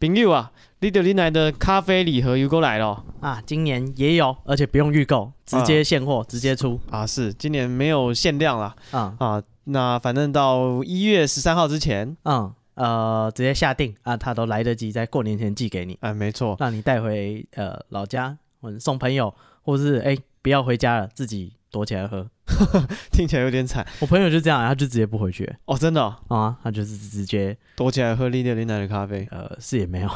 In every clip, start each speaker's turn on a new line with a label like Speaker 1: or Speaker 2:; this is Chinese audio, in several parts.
Speaker 1: 朋友啊，你就恁来的咖啡礼盒又过来了
Speaker 2: 啊，今年也有，而且不用预购，直接现货，直接出
Speaker 1: 啊！是，今年没有限量啦
Speaker 2: 啊
Speaker 1: 啊，那反正到一月十三号之前，
Speaker 2: 嗯呃，直接下定啊，他都来得及在过年前寄给你，
Speaker 1: 啊，没错，
Speaker 2: 让你带回呃老家，或者送朋友，或是哎、不要回家了，自己躲起来喝。
Speaker 1: 听起来有点惨
Speaker 2: 我朋友就这样，他就直接不回去
Speaker 1: 哦，真的哦、
Speaker 2: 啊，他就是直接
Speaker 1: 躲起来喝利六零奶的咖啡。
Speaker 2: 呃是也没有，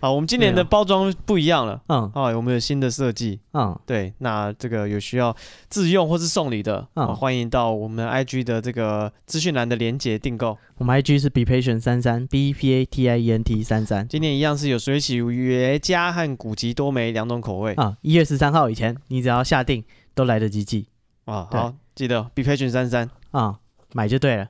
Speaker 1: 好，我们今年
Speaker 2: 没
Speaker 1: 的
Speaker 2: 有
Speaker 1: 包装不一样了。
Speaker 2: 嗯
Speaker 1: 啊，我们有新的设计，
Speaker 2: 嗯
Speaker 1: 对，那这个有需要自用或是送礼的，啊
Speaker 2: 嗯
Speaker 1: 欢迎到我们 IG 的这个资讯栏的连接订购。
Speaker 2: 我们 IG 是 be patient 三三 b e p a t i e n t 三三
Speaker 1: 今年一样是有水洗原加和古籍多梅两种口味啊
Speaker 2: 啊，一月十三号以前，你只要下定都来得及寄对
Speaker 1: 啊好，记得 Be patient 三三。
Speaker 2: 啊，买就对了。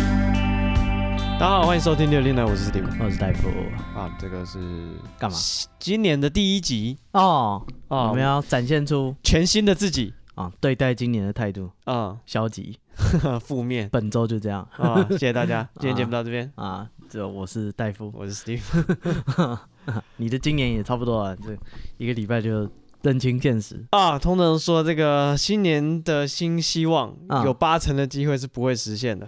Speaker 1: 大家好，欢迎收听六零奶，我是 Steve
Speaker 2: 我是戴夫
Speaker 1: 啊，这个是
Speaker 2: 干嘛？
Speaker 1: 今年的第一集
Speaker 2: 哦，
Speaker 1: 啊，
Speaker 2: 我们要展现出
Speaker 1: 全新的自己
Speaker 2: 啊对待今年的态度，
Speaker 1: 啊，
Speaker 2: 消极。
Speaker 1: 负面
Speaker 2: 本周就这样
Speaker 1: 啊，谢谢大 家，今天节目到这边，
Speaker 2: 啊，这我是戴夫，
Speaker 1: 我是 Steve，
Speaker 2: 你的今年也差不多了，这一个礼拜就认清现实。
Speaker 1: 啊，通常说这个新年的新希望，
Speaker 2: 啊
Speaker 1: 有八成的机会是不会实现的。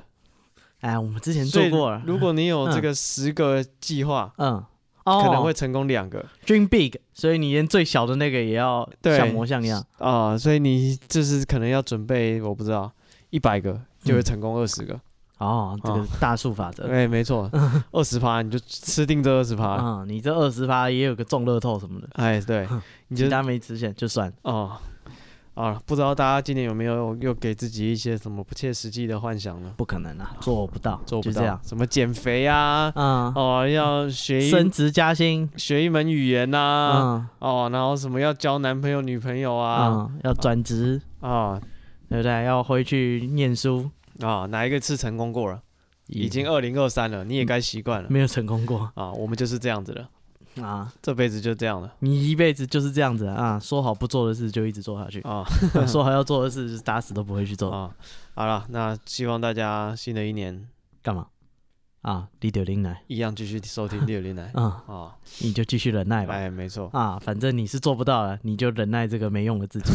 Speaker 2: 哎，我们之前
Speaker 1: 所
Speaker 2: 做
Speaker 1: 以
Speaker 2: 过了，
Speaker 1: 如果你 有
Speaker 2: 嗯
Speaker 1: 这个十个计划，
Speaker 2: 嗯，哦，
Speaker 1: 可能会成功两个
Speaker 2: dream big，所以你连最小的那个也要
Speaker 1: 对
Speaker 2: 像模像样。
Speaker 1: 啊，所以你就是可能要准备，我不知道一百个就会成功二十个。
Speaker 2: 哦，这个大数法则。
Speaker 1: 哎，没 错，二十趴你就吃定这二十趴。
Speaker 2: 啊、你这二十趴也有个中乐透什么的，
Speaker 1: 哎，对，你就
Speaker 2: 其他没实现就算。
Speaker 1: 哦。啊，不知道大家今年有没有又给自己一些什么不切实际的幻想呢？
Speaker 2: 不可能啊，做不到，
Speaker 1: 做不
Speaker 2: 就这
Speaker 1: 到
Speaker 2: 样，。
Speaker 1: 什么减肥啊，
Speaker 2: 嗯，
Speaker 1: 哦，要学一
Speaker 2: 升职加薪，
Speaker 1: 学一门语言呐、
Speaker 2: 嗯
Speaker 1: 哦，然后什么要交男朋友女朋友啊，
Speaker 2: 嗯，要转职，
Speaker 1: 啊
Speaker 2: 对不对？要回去念书，
Speaker 1: 啊，哪一个次成功过了？已经二零二三了，你也该习惯了
Speaker 2: 嗯没有成 功过
Speaker 1: 啊。我们就是这样子了，
Speaker 2: 啊！
Speaker 1: 这辈子就这样了
Speaker 2: 你一辈子就是这样子啊，说好不做的事就一直做 下去，
Speaker 1: 啊
Speaker 2: 说好要做的事就是打死都不会去做，
Speaker 1: 啊。好了，那希望大家新的一年
Speaker 2: 干嘛？啊，李九零来，
Speaker 1: 一样继续收听六零奶
Speaker 2: 啊，
Speaker 1: 啊。
Speaker 2: 你就继续忍耐吧。
Speaker 1: 哎，没错，
Speaker 2: 啊，反正你是做不到了，你就忍耐这个没用的自 己，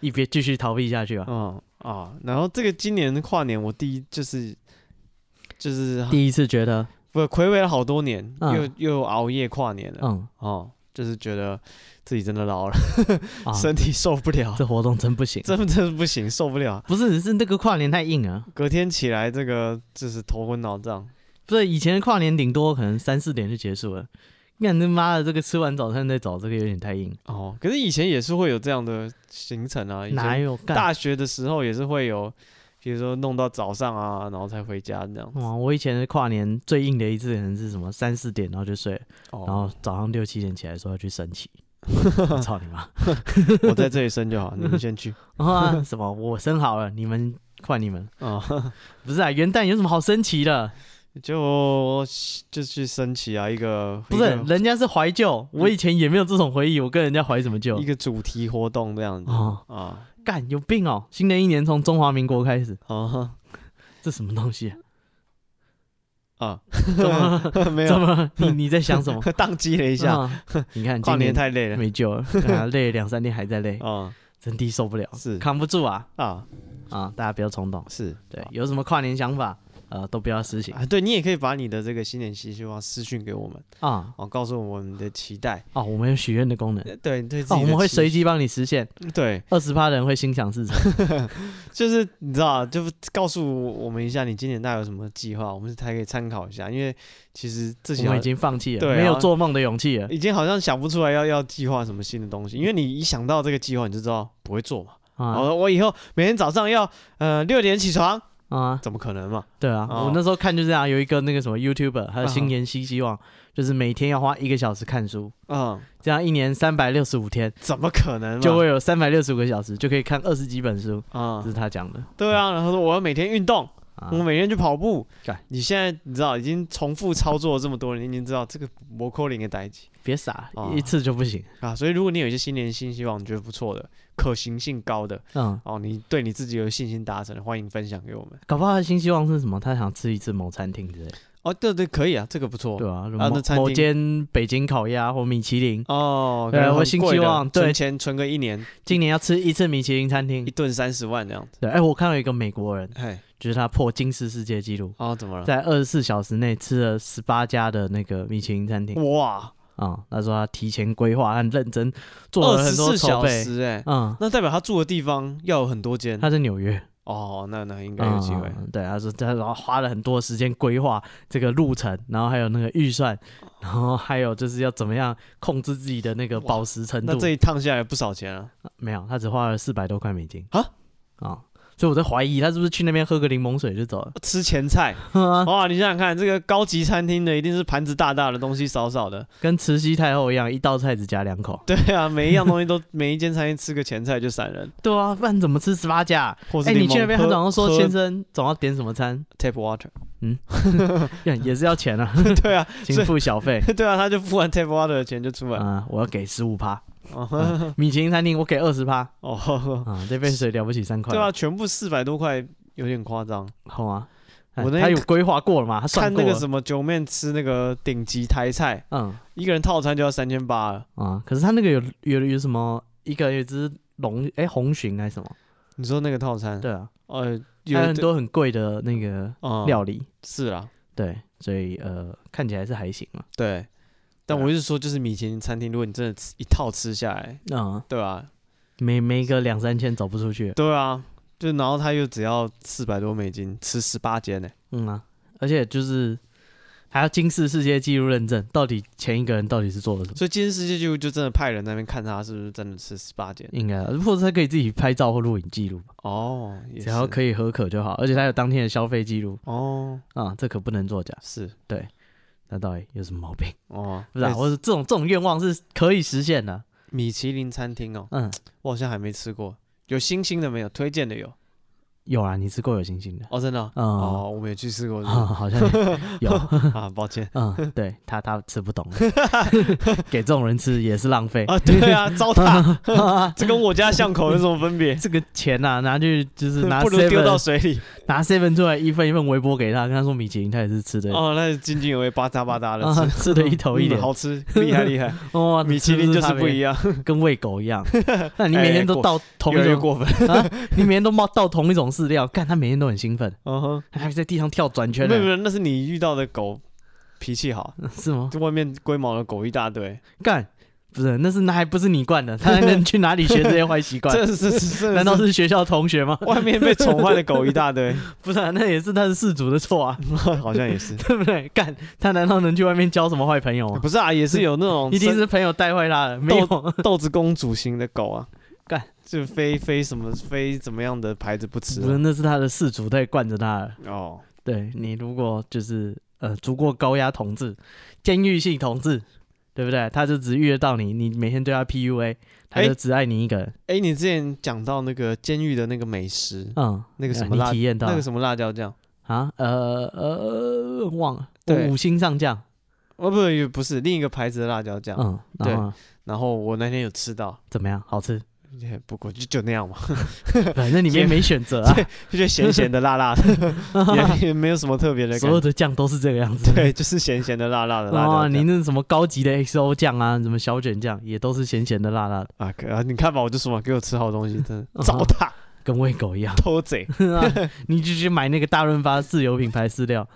Speaker 2: 一边继续逃避下去吧。
Speaker 1: 嗯啊。然后这个今年跨年，我第一就是就是
Speaker 2: 第一次觉得，
Speaker 1: 不暌违了好多年，
Speaker 2: 嗯
Speaker 1: 又又熬夜跨年了
Speaker 2: 嗯
Speaker 1: 哦。就是觉得自己真的老了，
Speaker 2: 啊，
Speaker 1: 身体受不了，
Speaker 2: 这活动真不行，
Speaker 1: 真的真的不行，受不了。
Speaker 2: 不是是那个跨年太硬了，
Speaker 1: 隔天起来，这个就是头昏脑胀。
Speaker 2: 不是以前的跨年顶多可能三四点就结束了，看他妈的这个吃完早餐再走，这个有点太硬，
Speaker 1: 哦，可是以前也是会有这样的行程啊，以
Speaker 2: 哪
Speaker 1: 前
Speaker 2: 有干？
Speaker 1: 大学的时候也是会有，比如说弄到早上啊，然后才回家这样。
Speaker 2: 哇！我以前的跨年最硬的一次可能是什么三四点然后就睡了，然
Speaker 1: 哦，
Speaker 2: 后早上六七点起来说要去 升旗，我操你妈！
Speaker 1: 我在这里生就好，你们先去。
Speaker 2: 啊什么我升好了，你们换你们，
Speaker 1: 啊，
Speaker 2: 不是啊？元旦有什么好升旗的？
Speaker 1: 就就去升旗啊，一个
Speaker 2: 不是
Speaker 1: 一，个
Speaker 2: 人家是怀旧，我以前也没有这种回忆，我跟人家怀什么旧
Speaker 1: 一？个主题活动这样子
Speaker 2: 哦，
Speaker 1: 啊
Speaker 2: 干有病哦！新的一年从中华民国开始，
Speaker 1: 啊
Speaker 2: 这什么东西、啊？
Speaker 1: 啊，
Speaker 2: 怎么
Speaker 1: 没
Speaker 2: 怎
Speaker 1: 有，
Speaker 2: 么？你你在想什么？
Speaker 1: 宕机了一
Speaker 2: 一
Speaker 1: 下，
Speaker 2: 你看
Speaker 1: 跨
Speaker 2: 今
Speaker 1: 年太累了
Speaker 2: 没救了， 啊、累了两三天还在累，
Speaker 1: 啊
Speaker 2: 真的受不了，
Speaker 1: 是
Speaker 2: 扛不住啊
Speaker 1: 啊
Speaker 2: 啊！大家不要冲动，
Speaker 1: 是
Speaker 2: 对，有什么跨年想法，呃，都不要实行
Speaker 1: 啊，对你也可以把你的这个新年新希望私讯给我们。
Speaker 2: 啊！
Speaker 1: 哦，告诉我们的期待，
Speaker 2: 哦，我们有许愿的功能，
Speaker 1: 呃对对自己的
Speaker 2: 哦，我们会
Speaker 1: 期
Speaker 2: 随机帮你实现，
Speaker 1: 对，
Speaker 2: 二十趴的人会心想事成，
Speaker 1: 就是你知道，就告诉我们一下你今年大概有什么计划，我们才可以参考一下，因为其实 自己
Speaker 2: 我
Speaker 1: 好
Speaker 2: 们已经放弃了，
Speaker 1: 对啊
Speaker 2: 没有做梦的勇气 了
Speaker 1: 已经好像想不出来要要计划什么新的东西，因为你一想到这个计划，你就知道不会做嘛。我、
Speaker 2: 啊
Speaker 1: 说我以后每天早上要呃六点起床，
Speaker 2: 啊，
Speaker 1: 怎么可能嘛？
Speaker 2: 对啊，
Speaker 1: 哦
Speaker 2: 我那时候看就这样，有一个那个什么 YouTuber，还有
Speaker 1: 嗯
Speaker 2: 新妍希希望，就是每天要花一个小时看书，
Speaker 1: 嗯，
Speaker 2: 这样一年三百六十五天，
Speaker 1: 怎么可能嘛？
Speaker 2: 就会有三百六十五个小时，就可以看二十几本书，
Speaker 1: 啊、
Speaker 2: 这是他讲的
Speaker 1: 对啊，然后说我要每天运动，
Speaker 2: 啊
Speaker 1: 我。每天去跑步
Speaker 2: 干。
Speaker 1: 你现在你知道已经重复操作了这么多年，你已经知道这个摩扣零的代际
Speaker 2: 别傻
Speaker 1: 哦，
Speaker 2: 一次就不行。
Speaker 1: 啊。所以如果你有一些新年新希望，你觉得不错的、可行性高的
Speaker 2: 嗯，
Speaker 1: 哦，你对你自己有信心达成的，欢迎分享给我们。
Speaker 2: 搞不好他新希望是什么？他想吃一次某餐厅之类的，
Speaker 1: 哦，对对，可以啊，这个不错。
Speaker 2: 对啊，
Speaker 1: 啊那餐
Speaker 2: 某
Speaker 1: 厅
Speaker 2: 某间北京烤鸭或米其林，
Speaker 1: 哦，
Speaker 2: 对啊
Speaker 1: 可能
Speaker 2: 我
Speaker 1: 很
Speaker 2: 新
Speaker 1: 贵
Speaker 2: 希
Speaker 1: 的
Speaker 2: 望对嗯
Speaker 1: 存钱存个一年，
Speaker 2: 今年要吃一次米其林餐厅
Speaker 1: 一。顿三十万这样子。
Speaker 2: 对，哎，我看到一个美国人，
Speaker 1: 嘿，
Speaker 2: 就是他破金氏世界纪录，
Speaker 1: 哦，怎么了？
Speaker 2: 在二十四小时内吃了十八家的那个米其林餐厅
Speaker 1: 哇，
Speaker 2: 啊、他说他提前规划和认真做
Speaker 1: 二
Speaker 2: 了
Speaker 1: 十
Speaker 2: 很多
Speaker 1: 四
Speaker 2: 筹
Speaker 1: 小
Speaker 2: 备。
Speaker 1: 时哎、
Speaker 2: 嗯，
Speaker 1: 那代表他住的地方要有很多间
Speaker 2: 他在纽约，
Speaker 1: 哦，那那应该有机会。
Speaker 2: 嗯对，他说他然后花了很多时间规划这个路程，然后还有那个预算，然后还有就是要怎么样控制自己的那个
Speaker 1: 哇
Speaker 2: 保湿程
Speaker 1: 那
Speaker 2: 度
Speaker 1: 这。一趟下来不少钱啊。
Speaker 2: 没有，他只花了四百多块美金
Speaker 1: 啊
Speaker 2: 啊、所以我在怀疑他是不是去那边喝个柠檬水 就走了。
Speaker 1: 吃前菜，
Speaker 2: 啊
Speaker 1: 哇！你想想看，这个高级餐厅的一定是盘子大大的，东西少少的。
Speaker 2: 跟慈禧太后一样，一道菜只夹两口。
Speaker 1: 对啊，每一样东西 都，每一间餐厅吃个前菜就闪人，
Speaker 2: 对啊，不然怎么吃十八家？
Speaker 1: 或是
Speaker 2: 哎、你
Speaker 1: 柠檬
Speaker 2: 去那边，他
Speaker 1: 喝
Speaker 2: 早上说
Speaker 1: 喝
Speaker 2: 先生总要点什么餐，
Speaker 1: tap water，
Speaker 2: 也也是要钱啊，
Speaker 1: 对啊，
Speaker 2: 请付小费。
Speaker 1: 对啊，他就付完 tap water 的钱就出来。
Speaker 2: 啊、我要给十五趴，
Speaker 1: 哦，
Speaker 2: 米其林餐厅我给二十趴
Speaker 1: 哦
Speaker 2: 啊，这杯水了不起三块，
Speaker 1: 对啊，，全部四百多块，有点夸张。
Speaker 2: 好啊。
Speaker 1: 我那
Speaker 2: 哎他有规划过了嘛？他算
Speaker 1: 看
Speaker 2: 过
Speaker 1: 那个
Speaker 2: 了
Speaker 1: 什么九面吃那个顶级台菜，
Speaker 2: 嗯
Speaker 1: 一个人套餐就要三千八了。
Speaker 2: 啊，可是他那个有有有什么？一个有一只龙，哎，红鲟还是什么？
Speaker 1: 你说那个套餐，
Speaker 2: 对啊，
Speaker 1: 呃，
Speaker 2: 还有
Speaker 1: 有
Speaker 2: 很多很贵的那个
Speaker 1: 啊
Speaker 2: 料理，
Speaker 1: 是啦，
Speaker 2: 对，所以呃，看起来是还行啊嘛。
Speaker 1: 对。但
Speaker 2: 对啊
Speaker 1: 我就是说，就是米其林餐厅，如果你真的吃一套吃下来，
Speaker 2: 嗯，
Speaker 1: 对吧？
Speaker 2: 每每个两三千走不出去，
Speaker 1: 对啊，就然后他又只要四百多美金，吃十八间呢。
Speaker 2: 嗯啊，而且就是还要金氏世界纪录认证，到底前一个人到底是做了什么？
Speaker 1: 所以今天世界纪录就真的派人在那边看他是不是真的吃十八间。
Speaker 2: 应该啊，或者他可以自己拍照或录影记录，
Speaker 1: 哦，也
Speaker 2: 只要
Speaker 1: 是
Speaker 2: 可以合可就好，而且他有当天的消费记录
Speaker 1: 哦，
Speaker 2: 啊、这可不能作假。
Speaker 1: 是
Speaker 2: 那到底有什么毛病？
Speaker 1: 哦，
Speaker 2: 不是、啊，
Speaker 1: 类似
Speaker 2: 我是这种这种愿望是可以实现的。
Speaker 1: 米其林餐厅哦，
Speaker 2: 嗯，
Speaker 1: 我好像还没吃过，有星星的没有？推荐的有
Speaker 2: 有啊，你是够有信心的。
Speaker 1: 哦，真的哦，
Speaker 2: 嗯
Speaker 1: 哦我没有去吃过是
Speaker 2: 啊，
Speaker 1: 不
Speaker 2: 好像有，
Speaker 1: 是啊，抱歉
Speaker 2: 嗯，对他他吃 不懂，给这种人吃也是浪费。
Speaker 1: 啊，对 啊，糟蹋，这跟我家巷口有什么分别？
Speaker 2: 这个钱呐、拿去就是拿
Speaker 1: 不如丢到
Speaker 2: seven
Speaker 1: 水里
Speaker 2: 拿 seven 出来一份一份微波给他，跟他说米其林他也是吃的，
Speaker 1: 哦，那津津有味，吧嗒吧嗒的
Speaker 2: 啊
Speaker 1: 吃，
Speaker 2: 吃的一头一
Speaker 1: 嗯
Speaker 2: 脸，啊哇、
Speaker 1: 好吃，厉害 厉害，米其林就是不一
Speaker 2: 样，
Speaker 1: 样，
Speaker 2: 跟喂狗 一样。那你每天都
Speaker 1: 哎
Speaker 2: 倒同
Speaker 1: 越来
Speaker 2: 一
Speaker 1: 越
Speaker 2: 种，
Speaker 1: 过 分。
Speaker 2: 你每天都冒倒同一种饲料，看他每天都很兴奋，
Speaker 1: 嗯哼，
Speaker 2: 还在地上跳转圈
Speaker 1: 没有没有，
Speaker 2: 呢，
Speaker 1: 那是你遇到的狗脾气好，
Speaker 2: 是吗？
Speaker 1: 这外面龟毛的狗一大堆，
Speaker 2: 干，不是，那是那还不是你惯的，他还 能去哪里学这些坏习惯？
Speaker 1: 这是是是，
Speaker 2: 难道是学校同学吗？
Speaker 1: 外面被宠坏的狗一大堆？
Speaker 2: 不是、啊，那也是他是事主的错啊，
Speaker 1: 好像也是，
Speaker 2: 对不对？干，他难道能去外面交什么坏朋友吗？
Speaker 1: 不是啊，也是有那种
Speaker 2: 哦 一定
Speaker 1: 生
Speaker 2: 是朋友带坏他的，没 有。
Speaker 1: 豆子公主型的狗啊，
Speaker 2: 干
Speaker 1: 就非非什么非怎么样的牌子不吃
Speaker 2: 不
Speaker 1: 啊、
Speaker 2: 是，那是他的事主在惯着他了。
Speaker 1: 哦。
Speaker 2: 对你如果就是呃足过高压统治、监狱性统治，对不对？他就只遇得到你，你每天对他 PUA，他
Speaker 1: 哎
Speaker 2: 就只爱你一个人。
Speaker 1: 哎、你之前讲到那个监狱的那个美食，
Speaker 2: 嗯，
Speaker 1: 那个什
Speaker 2: 啊
Speaker 1: 么辣
Speaker 2: 你体验到
Speaker 1: 那个什么辣椒酱，
Speaker 2: 啊？呃呃，忘了，
Speaker 1: 对
Speaker 2: 五星上将。
Speaker 1: 哦不也不是另一个牌子的辣椒酱、
Speaker 2: 嗯，然后呢
Speaker 1: 然后我那天有吃到，
Speaker 2: 怎么样？好吃？
Speaker 1: 也不过就就那样嘛，
Speaker 2: 反正里面没选择啊，
Speaker 1: 就觉得咸咸的辣辣 的， 也也没有什么特别的
Speaker 2: 所
Speaker 1: 感
Speaker 2: 有
Speaker 1: 觉。
Speaker 2: 的酱都是这个样子。
Speaker 1: 对，就是咸咸的 辣辣的辣
Speaker 2: 啊，
Speaker 1: 椒
Speaker 2: 你
Speaker 1: 酱
Speaker 2: 那什么高级的 XO 酱啊，什么小卷酱，也都是咸咸的辣辣的，
Speaker 1: 啊！可啊，你看吧，我就说嘛，给我吃好东西，真的
Speaker 2: 嗯
Speaker 1: 糟蹋
Speaker 2: 跟喂狗一 样。啊
Speaker 1: 偷贼
Speaker 2: 你就去买那个大润发自有品牌饲料，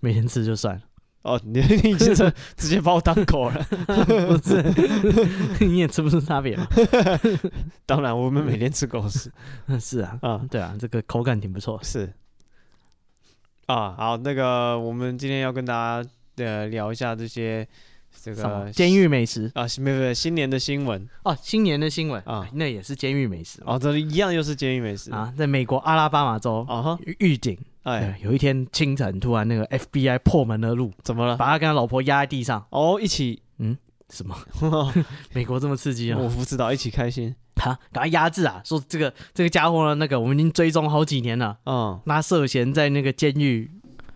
Speaker 2: 每天吃就算了。
Speaker 1: 哦！你 你直接直接把我当狗了。
Speaker 2: 不 是，你也吃不出差别嘛。
Speaker 1: 当然，我们
Speaker 2: 嗯
Speaker 1: 每天吃狗食
Speaker 2: 是啊，
Speaker 1: 啊，
Speaker 2: 对啊，这个口感挺不错。
Speaker 1: 是啊，好，那个我们今天要跟大家呃聊一下这些这
Speaker 2: 什么
Speaker 1: 个
Speaker 2: 监狱美食
Speaker 1: 啊，新没有没有新年的新闻哦
Speaker 2: 哦，新年的新闻
Speaker 1: 啊
Speaker 2: 啊，那也是监狱美食嘛
Speaker 1: 啊，这一样又是监狱美食啊
Speaker 2: 啊，在美国阿拉巴马州
Speaker 1: 哈
Speaker 2: 狱警
Speaker 1: 哎，
Speaker 2: 对有一天清晨，突然那个 FBI 破门而入，
Speaker 1: 怎么了？
Speaker 2: 把他跟他老婆压在地上。
Speaker 1: 哦，一起，
Speaker 2: 什么？
Speaker 1: 我
Speaker 2: 美国这么刺激啊？
Speaker 1: 不知道，一起开心。
Speaker 2: 他给他压制啊！说这个这个家伙呢，那个我们已经追踪好几年了，
Speaker 1: 嗯，
Speaker 2: 他涉嫌在那个监狱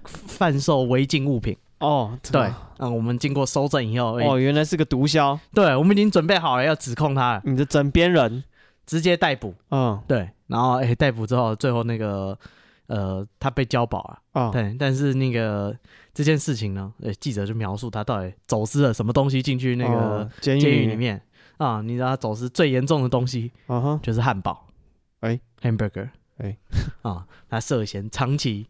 Speaker 2: 贩售违禁物品。
Speaker 1: 哦，这
Speaker 2: 对
Speaker 1: 个，
Speaker 2: 嗯，我们经过搜证以后，哎
Speaker 1: 哦，原来是个毒枭，
Speaker 2: 对，我们已经准备好了要指控他了，
Speaker 1: 你的枕边人。
Speaker 2: 直接逮捕。
Speaker 1: 嗯，
Speaker 2: 对，然后哎，逮捕之后，最后那个呃，他被交保了。
Speaker 1: 哦，
Speaker 2: 对，但是那个这件事情呢，呃，记者就描述他到底走私了什么东西进去那个
Speaker 1: 哦监
Speaker 2: 监狱里
Speaker 1: 里，
Speaker 2: 面啊、你知道他走私最严重的东西
Speaker 1: 嗯哼，
Speaker 2: 就是汉堡，
Speaker 1: 哎
Speaker 2: ，hamburger，
Speaker 1: 哎，
Speaker 2: 啊，他涉嫌长期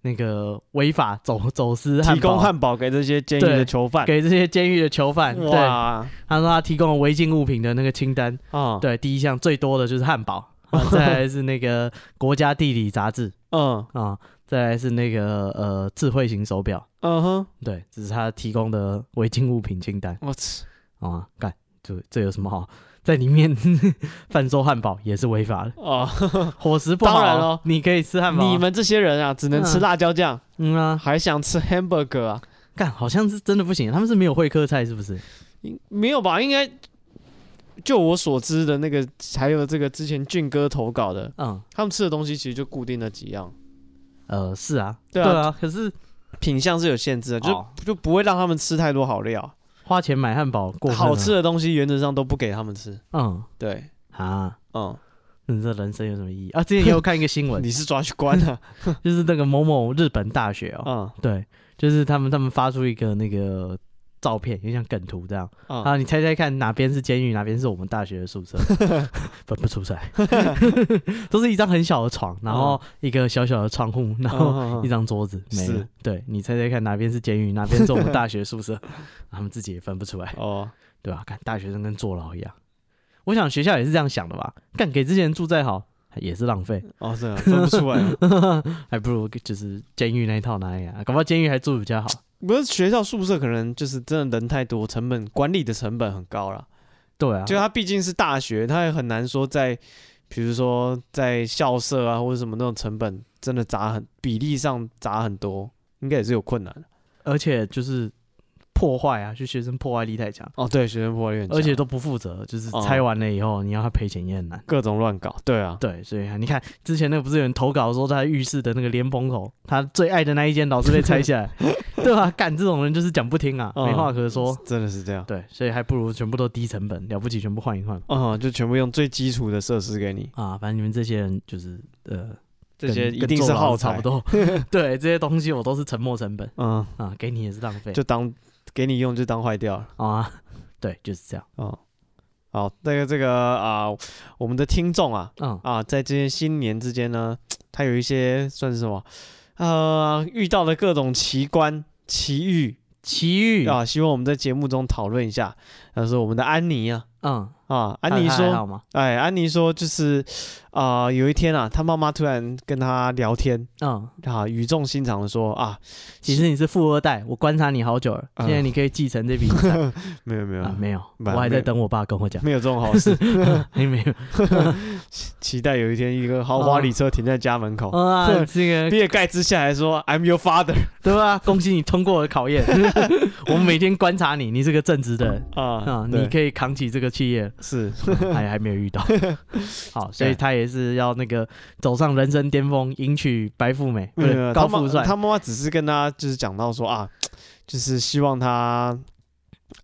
Speaker 2: 那个违法走走私汉堡，
Speaker 1: 提供汉堡给这些监狱
Speaker 2: 对
Speaker 1: 的囚犯。
Speaker 2: 给这些监狱的囚犯。对，
Speaker 1: 哇，
Speaker 2: 他说他提供了违禁物品的那个清单，
Speaker 1: 啊，，
Speaker 2: 对，第一项最多的就是汉堡，啊、再来是那个《国家地理》杂志
Speaker 1: 嗯
Speaker 2: 啊，再来是那个呃智慧型手表，
Speaker 1: 嗯哼，
Speaker 2: 对，这是他提供的违禁物品清单
Speaker 1: 我操，
Speaker 2: 啊，干，这这有什么好？在里面 贩售汉堡也是违法的，
Speaker 1: 哦，
Speaker 2: 伙食不好，
Speaker 1: 当然咯
Speaker 2: 你可以吃汉堡啊，
Speaker 1: 你们这些人啊，只能吃
Speaker 2: 嗯
Speaker 1: 辣椒酱，
Speaker 2: 嗯啊，
Speaker 1: 还想吃 hamburger 啊？
Speaker 2: 干，好像是真的不行，他们是没有会客菜是不是？
Speaker 1: 应没有吧？应该就我所知的那个，还有这个之前俊哥投稿的，
Speaker 2: 嗯，
Speaker 1: 他们吃的东西其实就固定那几样，
Speaker 2: 呃，是啊，
Speaker 1: 对啊
Speaker 2: 可是
Speaker 1: 品相是有限制的，就、
Speaker 2: 哦
Speaker 1: 就不会让他们吃太多好料，
Speaker 2: 花钱买汉堡过分了
Speaker 1: 好吃，的东西原则上都不给他们吃。
Speaker 2: 嗯
Speaker 1: 对，
Speaker 2: 啊。
Speaker 1: 嗯，
Speaker 2: 你这人生有什么意义 啊？之前也有看一个新闻，
Speaker 1: 你是抓去关啊 了、
Speaker 2: 就是那个某某日本大学哦，
Speaker 1: 啊？
Speaker 2: 对，就是他们他们发出一个那个照片，有点像梗图这样
Speaker 1: 嗯嗯，
Speaker 2: 啊，你猜猜看哪边是监狱，哪边是我们大学的宿 舍？分不出来， 都是一张很小的床，然后一个小小的窗户，然后
Speaker 1: 嗯嗯嗯嗯
Speaker 2: 一张桌子，没了
Speaker 1: 是。
Speaker 2: 对你猜猜看哪边是监狱，哪边是我们大学宿舍？ 他们自己也分不出来，
Speaker 1: 哦，
Speaker 2: 对吧、看大学生跟坐牢一样，我想学校也是这样想的吧？干给之前住再好也是浪费。
Speaker 1: 哦，是啊，分不出来。
Speaker 2: 还不如就是监狱那一套拿来啊，搞不好监狱还住比较好。
Speaker 1: 不是学校宿舍可能就是真的人太多，成本管理的成本很高啦。
Speaker 2: 对啊，
Speaker 1: 就它毕竟是大学，它也很难说在，比如说在校舍啊或者什么那种成本真的砸很比例上砸很多，应该也是有困难的。
Speaker 2: 而且就是破坏啊，就学生破坏力太强，
Speaker 1: 哦，对，学生破坏力很强，
Speaker 2: 而且都不负责，就是
Speaker 1: 哦
Speaker 2: 拆完了以后你要他赔钱也很难。
Speaker 1: 各种乱搞。对啊，
Speaker 2: 对，所以啊，你看之前那个不是有人投稿说他在浴室的那个莲蓬头，他最爱的那一间老是被拆下来， 对吧、干这种人就是讲不听啊，
Speaker 1: 嗯
Speaker 2: 没话可说。
Speaker 1: 真的是这样。
Speaker 2: 对，所以还不如全部都低成本，了不起全部换一换
Speaker 1: 哦、就全部用最基础的设施给你，
Speaker 2: 啊。反正你们这些人就是呃，
Speaker 1: 这些
Speaker 2: 跟
Speaker 1: 一定是耗
Speaker 2: 跟
Speaker 1: 材
Speaker 2: 坐。牢差不多。对，这些东西我都是沉没成本。
Speaker 1: 嗯，
Speaker 2: 啊，给你也是浪费。
Speaker 1: 就当给你用就当坏掉了。
Speaker 2: 啊，对，就是这样。
Speaker 1: 哦，好，那个这个啊、我们的听众啊，
Speaker 2: 嗯，
Speaker 1: 啊，在这些新年之间呢，他有一些算是什么？呃，遇到的各种奇观、奇遇
Speaker 2: 奇遇，
Speaker 1: 啊，希望我们在节目中讨论一下。他说我们的安妮啊，
Speaker 2: 嗯，
Speaker 1: 啊，安
Speaker 2: 他
Speaker 1: 妮
Speaker 2: 他还
Speaker 1: 说，
Speaker 2: 好吗？
Speaker 1: 哎，安妮说就是，啊、有一天啊，她妈妈突然跟她聊天，
Speaker 2: 嗯，
Speaker 1: 啊，语重心长的说啊，
Speaker 2: 其实你是富二代，我观察你好久了，
Speaker 1: 嗯
Speaker 2: 现在你可以继承这笔遗 产
Speaker 1: 没有没有、
Speaker 2: 啊？没有，
Speaker 1: 没
Speaker 2: 我还
Speaker 1: 没
Speaker 2: 在
Speaker 1: 有
Speaker 2: 等我爸跟我讲，
Speaker 1: 没有这种好事，
Speaker 2: 还没 有。
Speaker 1: 期待有一天一个豪
Speaker 2: 嗯
Speaker 1: 华礼车停在家门口，
Speaker 2: 啊，这个
Speaker 1: 比尔盖茨下来说 I'm your father
Speaker 2: 对吧？恭喜你通过我的 考验，我们每天观察你，你是个正直的人。
Speaker 1: 啊
Speaker 2: 啊，，
Speaker 1: 对
Speaker 2: 你可以扛起这个企 业，
Speaker 1: 是
Speaker 2: 还还没有 遇到，好，所以
Speaker 1: 对
Speaker 2: 他也是要那个走上人生巅峰，迎娶白富美，不
Speaker 1: 没有
Speaker 2: 是
Speaker 1: 没有，
Speaker 2: 高
Speaker 1: 他妈
Speaker 2: 富帅，
Speaker 1: 他妈妈只是跟他就是讲到说啊，就是希望他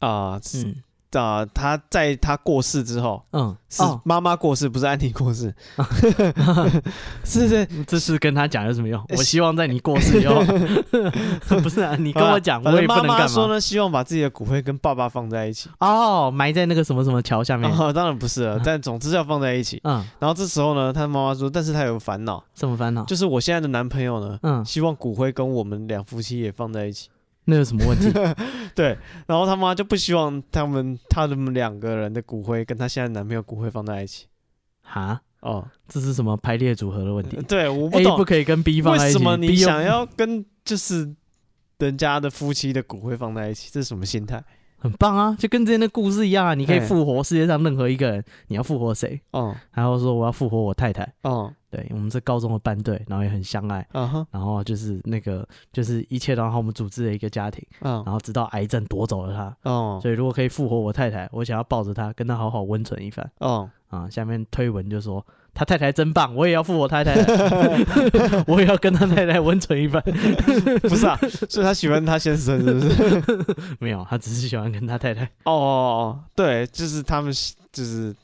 Speaker 1: 啊是
Speaker 2: 嗯
Speaker 1: 啊，他在他过世之后，
Speaker 2: 嗯，
Speaker 1: 是
Speaker 2: 哦
Speaker 1: 妈妈过世，不是安妮过 世，是是
Speaker 2: 这是跟他讲有什么用？
Speaker 1: 呃
Speaker 2: 我希望在你过 世以后， 不是啊，你跟我讲，
Speaker 1: 反
Speaker 2: 我
Speaker 1: 正
Speaker 2: 也不
Speaker 1: 妈
Speaker 2: 能
Speaker 1: 妈
Speaker 2: 干
Speaker 1: 说
Speaker 2: 嘛。
Speaker 1: 呢，希望把自己的骨灰跟爸爸放在一起。
Speaker 2: 哦，埋在那个什么什么桥下面。
Speaker 1: 啊，当然不是了，但总之要放在一起。
Speaker 2: 嗯，
Speaker 1: 然后这时候呢，他妈妈说，但是他有烦恼，
Speaker 2: 什么烦恼？
Speaker 1: 就是我现在的男朋友呢，
Speaker 2: 嗯，
Speaker 1: 希望骨灰跟我们两夫妻也放在一起。
Speaker 2: 那有什么 问题？
Speaker 1: 对，然后他妈就不希望他们他们两个人的骨灰跟她现在男朋友骨灰放在一起。
Speaker 2: 哈，
Speaker 1: 哦，
Speaker 2: 这是什么排列组合的问题
Speaker 1: 对，我不
Speaker 2: ？A
Speaker 1: 懂
Speaker 2: 哎不可以跟 B 放在
Speaker 1: 为
Speaker 2: 一起
Speaker 1: 什么你
Speaker 2: ，B 又
Speaker 1: 想要跟就是人家的夫妻的骨灰放在一起，这是什么心态？
Speaker 2: 很棒啊，就跟之前的故事一样啊，你可以
Speaker 1: 嘿
Speaker 2: 复活世界上任何一个人，你要复活谁？
Speaker 1: 嗯
Speaker 2: 然后说我要复活我太太，
Speaker 1: 嗯
Speaker 2: 对我们是高中的班队，然后也很相爱，
Speaker 1: 嗯哼
Speaker 2: 然后就是那个就是一切，然后我们组织了一个家庭，
Speaker 1: 嗯
Speaker 2: 然后直到癌症夺走了她。
Speaker 1: 嗯
Speaker 2: 所以如果可以复活我太太，我想要抱着她，跟她好好温存一番
Speaker 1: 嗯，
Speaker 2: 啊。下面推文就说他太太真棒，我也要复活 太太了，我也要跟他太太温存一番。
Speaker 1: 不是啊，所以他喜欢他先生是不是？
Speaker 2: 没有，他只是喜欢跟他太太
Speaker 1: 哦哦，哦，对，就是他们喜就是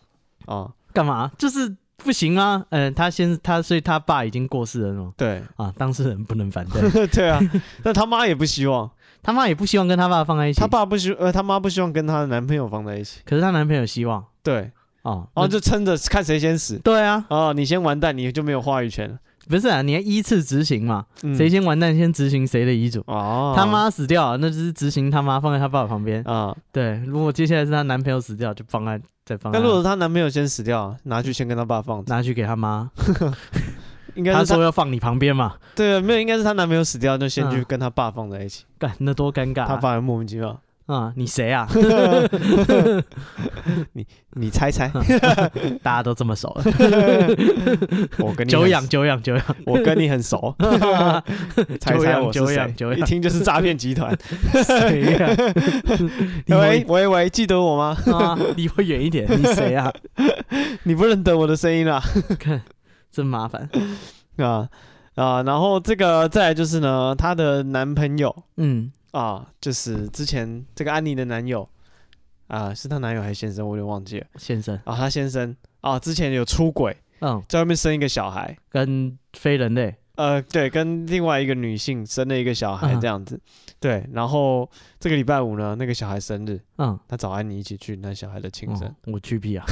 Speaker 1: 哦，
Speaker 2: 干嘛？就是不行啊。嗯、他先他所以他爸已经过世了嘛，
Speaker 1: 对
Speaker 2: 啊，当事人不能反对。
Speaker 1: 对啊，但他妈也不希望，
Speaker 2: 他妈也不希望跟他爸放在一起，
Speaker 1: 他，爸不希呃他妈不希望跟她的男朋友放在一起，
Speaker 2: 可是她男朋友希望
Speaker 1: 对，
Speaker 2: 哦，
Speaker 1: 然后
Speaker 2: 那
Speaker 1: 就撑着看谁先死。
Speaker 2: 对啊，
Speaker 1: 哦，你先完蛋，你就没有话语权了。
Speaker 2: 不是啊，你要依次执行嘛，
Speaker 1: 嗯
Speaker 2: 谁先完蛋先执行谁的遗嘱。
Speaker 1: 哦，
Speaker 2: 他妈死掉了，那就是执行他妈放在他爸爸旁边。
Speaker 1: 啊！
Speaker 2: 对，如果接下来是她男朋友死掉，就放在再放在
Speaker 1: 那如果她男朋友先死掉，拿去先跟她爸放着，
Speaker 2: 拿去给他妈，
Speaker 1: 应该
Speaker 2: 他
Speaker 1: 是她
Speaker 2: 说要放你旁边嘛，
Speaker 1: 对啊，没有，应该是她男朋友死掉，就先去
Speaker 2: 嗯
Speaker 1: 跟她爸放在一起，
Speaker 2: 干那多尴尬、
Speaker 1: 她
Speaker 2: 啊！
Speaker 1: 爸也莫名其妙。
Speaker 2: 啊、你谁 啊？
Speaker 1: 你猜猜，
Speaker 2: 大家都这么 熟了，
Speaker 1: 我跟你
Speaker 2: 久
Speaker 1: 很
Speaker 2: 仰久仰久 仰，
Speaker 1: 我跟你很 熟，猜
Speaker 2: 久
Speaker 1: 猜
Speaker 2: 仰
Speaker 1: 我是
Speaker 2: 久
Speaker 1: 谁
Speaker 2: 仰久？仰
Speaker 1: 一听就是诈骗集团。
Speaker 2: 谁呀、 你
Speaker 1: 喂
Speaker 2: 会
Speaker 1: 喂喂，记得我吗？
Speaker 2: 啊，离我远一点，你谁 啊？
Speaker 1: 你不认得我的声音啦？
Speaker 2: 看，真麻烦。
Speaker 1: 啊啊，然后这个再来就是呢，她的男朋友
Speaker 2: 嗯，
Speaker 1: 啊，就是之前这个安妮的男友啊，是她男友还是先生，我有点忘记了
Speaker 2: 先生，
Speaker 1: 啊，她先生啊，之前有出轨，
Speaker 2: 嗯，
Speaker 1: 在外面生一个小孩，
Speaker 2: 跟非人类，
Speaker 1: 呃，对，跟另外一个女性生了一个小孩
Speaker 2: 嗯
Speaker 1: 这样子，对，然后这个礼拜五呢，那个小孩生日，
Speaker 2: 嗯，
Speaker 1: 她找安妮一起去那小孩的庆生
Speaker 2: 哦，我去屁啊，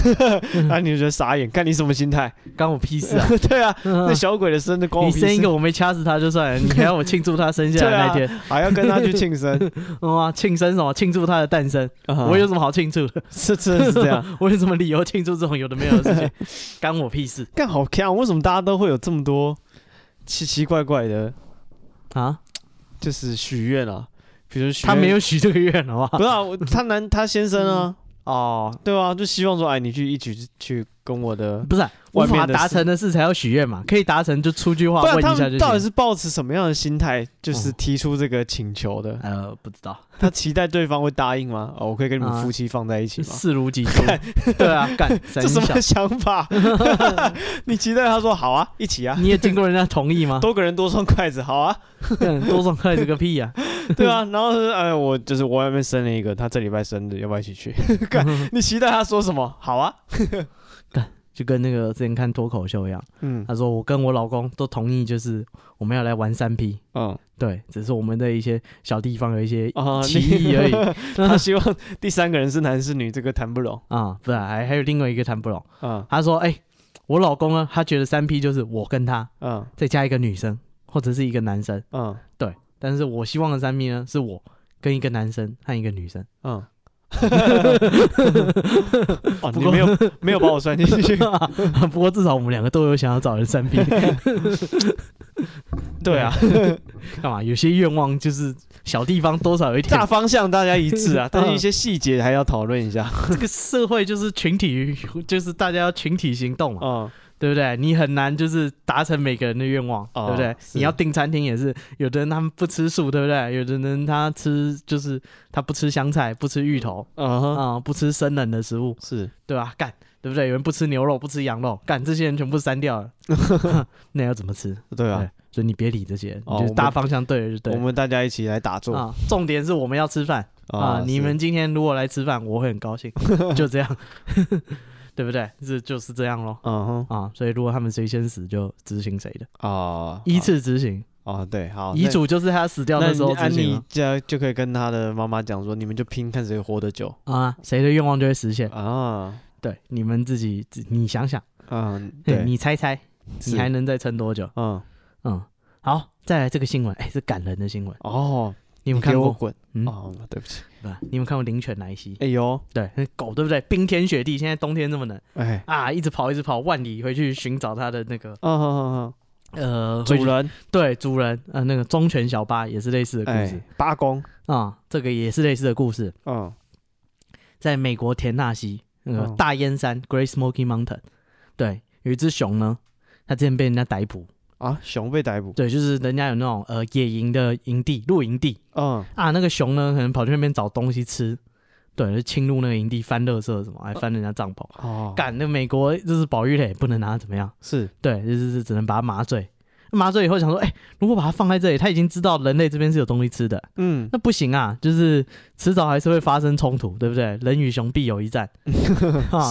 Speaker 1: 安妮就觉得傻眼，看你什么心态？
Speaker 2: 干我屁事啊！
Speaker 1: 对啊，那
Speaker 2: 嗯
Speaker 1: 小鬼的生日关我
Speaker 2: 你
Speaker 1: 屁事啊
Speaker 2: 生一个我没掐死他就算了，你还要我庆祝他生 下来那天，
Speaker 1: 还要跟他去庆 生，
Speaker 2: 嗯啊，庆生什么？庆祝他的诞生，我有什么好庆祝的？
Speaker 1: 是真啊 的是这样，
Speaker 2: 我有什么理由庆祝这种有的没有的 事情？干我屁事
Speaker 1: 干好看、为什么大家都会有这么多奇奇怪怪的，
Speaker 2: 啊！
Speaker 1: 就是许愿啊？比如许
Speaker 2: 他
Speaker 1: 愿
Speaker 2: 没有许这个愿，好不
Speaker 1: 不
Speaker 2: 好？
Speaker 1: 是啊，我他男他先生啊，
Speaker 2: 哦，
Speaker 1: 对啊，就希望说，哎，你去一起去跟我的，
Speaker 2: 不是啊，无
Speaker 1: 外面
Speaker 2: 法
Speaker 1: 的事
Speaker 2: 达成的事才要许愿嘛，可以达成就出句话
Speaker 1: 不
Speaker 2: 问
Speaker 1: 然
Speaker 2: 一
Speaker 1: 他
Speaker 2: 下就
Speaker 1: 们到底
Speaker 2: 行。
Speaker 1: 是抱持什么样的心态，就是
Speaker 2: 哦
Speaker 1: 提出这个请求 的？
Speaker 2: 呃，不知道，
Speaker 1: 他期待对方会答应吗？哦，我可以跟你们夫妻放在一起吗？
Speaker 2: 视如己出， 对啊， 干，
Speaker 1: 这什
Speaker 2: 三小
Speaker 1: 么想 法？你期待他说好啊，一起啊，
Speaker 2: 你也经过人家同意吗？
Speaker 1: 多个人多双筷子，好啊，
Speaker 2: 干多爽快这个屁呀！
Speaker 1: 对 啊，然后是哎，我就是我外面生了一个，他这礼拜生日，要不要一起去？ 干你期待他说什么？好啊，
Speaker 2: 就跟那个之前看脱口秀一样，
Speaker 1: 嗯
Speaker 2: 他说我跟我老公都同意，就是我们要来玩三 P，
Speaker 1: 嗯
Speaker 2: 对，只是我们的一些小地方有一些
Speaker 1: 啊，
Speaker 2: 歧义而已
Speaker 1: 已。他希望第三个人是男是女，这个谈不拢
Speaker 2: 啊，不然还还有另外一个谈不拢。
Speaker 1: 啊
Speaker 2: 他说，哎、我老公呢，他觉得三 P 就是我跟他
Speaker 1: 嗯
Speaker 2: 再加一个女生或者是一个男生，
Speaker 1: 嗯
Speaker 2: 但是我希望的三 P 呢是我跟一个男生和一个女生。
Speaker 1: 嗯。哦，你没有没有把我算进 去。
Speaker 2: 不过至少我们两个都有想要找人三 P，
Speaker 1: 对啊，
Speaker 2: 干嘛？有些愿望就是小地方多少有一点
Speaker 1: 大。方向大家一致
Speaker 2: 嗯
Speaker 1: 啊，但是一些细节还要讨论一下。
Speaker 2: 这个社会就是群体，就是大家要群体行动嘛。
Speaker 1: 嗯
Speaker 2: 对不对？你很难就是达成每个人的愿望，
Speaker 1: 哦
Speaker 2: 对不对？
Speaker 1: 是
Speaker 2: 你要订餐厅也是，有的人他们不吃素，对不对？有的人他吃就是他不吃香菜，不吃芋头
Speaker 1: 嗯
Speaker 2: 啊、
Speaker 1: 哼，
Speaker 2: 不吃生冷的食物，
Speaker 1: 是
Speaker 2: 对吧？干，对不对？有人不吃牛肉，不吃羊肉，干，这些人全部删 掉了，那要怎么吃？
Speaker 1: 对啊
Speaker 2: 对，，所以你别理这些，
Speaker 1: 哦
Speaker 2: 你就是
Speaker 1: 我
Speaker 2: 大
Speaker 1: 们
Speaker 2: 方向对了就对
Speaker 1: 我
Speaker 2: 了。
Speaker 1: 们大家一起来打坐
Speaker 2: 啊，重点是我们要吃饭啊！你
Speaker 1: 是
Speaker 2: 们今天如果来吃饭，我会很高 兴，就这样， 对不对？这就是这样咯。
Speaker 1: 嗯哼
Speaker 2: 啊，所以如果他们谁先死，就执行谁的，
Speaker 1: 啊，
Speaker 2: 依次执行。
Speaker 1: 哦，对，好，
Speaker 2: 遗
Speaker 1: 那
Speaker 2: 嘱就是他死掉
Speaker 1: 那
Speaker 2: 的时候
Speaker 1: 你安
Speaker 2: 执行
Speaker 1: 妮
Speaker 2: 了
Speaker 1: 家就可以跟她的妈妈讲说，你们就拼看谁活得久
Speaker 2: 啊，谁的愿望就会实现。
Speaker 1: 啊。
Speaker 2: 对，你们自己自你想想，
Speaker 1: 嗯，
Speaker 2: 对
Speaker 1: 对，
Speaker 2: 你猜猜，
Speaker 1: 是
Speaker 2: 你还能再撑多久？
Speaker 1: 嗯
Speaker 2: 嗯，好，再来这个新闻，哎，是感人的新闻，
Speaker 1: 哦，
Speaker 2: 你们
Speaker 1: 给
Speaker 2: 看
Speaker 1: 我
Speaker 2: 过？
Speaker 1: 滚！
Speaker 2: 嗯，
Speaker 1: 哦，对不起，
Speaker 2: 对，你们看过灵犬莱西？
Speaker 1: 哎呦，
Speaker 2: 对，那狗对不对？冰天雪地，现在冬天这么冷
Speaker 1: 哎，
Speaker 2: 啊，一直跑一直跑，万里回去寻找它的那个
Speaker 1: 啊啊
Speaker 2: 呃
Speaker 1: 啊，主，
Speaker 2: 回去
Speaker 1: 人，
Speaker 2: 对主人，呃，那个忠犬小八也是类似的故
Speaker 1: 哎
Speaker 2: 事，
Speaker 1: 八公，
Speaker 2: 啊，这个也是类似的故事。
Speaker 1: 嗯
Speaker 2: 在美国田纳西那个
Speaker 1: 嗯
Speaker 2: 大烟山 （Great Smoky Mountain），对，有一只熊呢，它之前被人家逮捕，
Speaker 1: 啊，熊被逮捕，
Speaker 2: 对，就是人家有那种呃野营的营地、露营地
Speaker 1: 嗯，
Speaker 2: 啊，那个熊呢可能跑去那边找东西吃，对，就侵入那个营地翻垃圾什么，还翻人家帐篷。
Speaker 1: 哦，
Speaker 2: 干，那美国就是保育类，不能拿它怎么样？
Speaker 1: 是
Speaker 2: 对，就是只能把它麻醉。麻醉以后想说，哎、如果把它放在这里，它已经知道人类这边是有东西吃的，
Speaker 1: 嗯，
Speaker 2: 那不行啊，就是迟早还是会发生冲突，对不对？人与熊必有一战，啊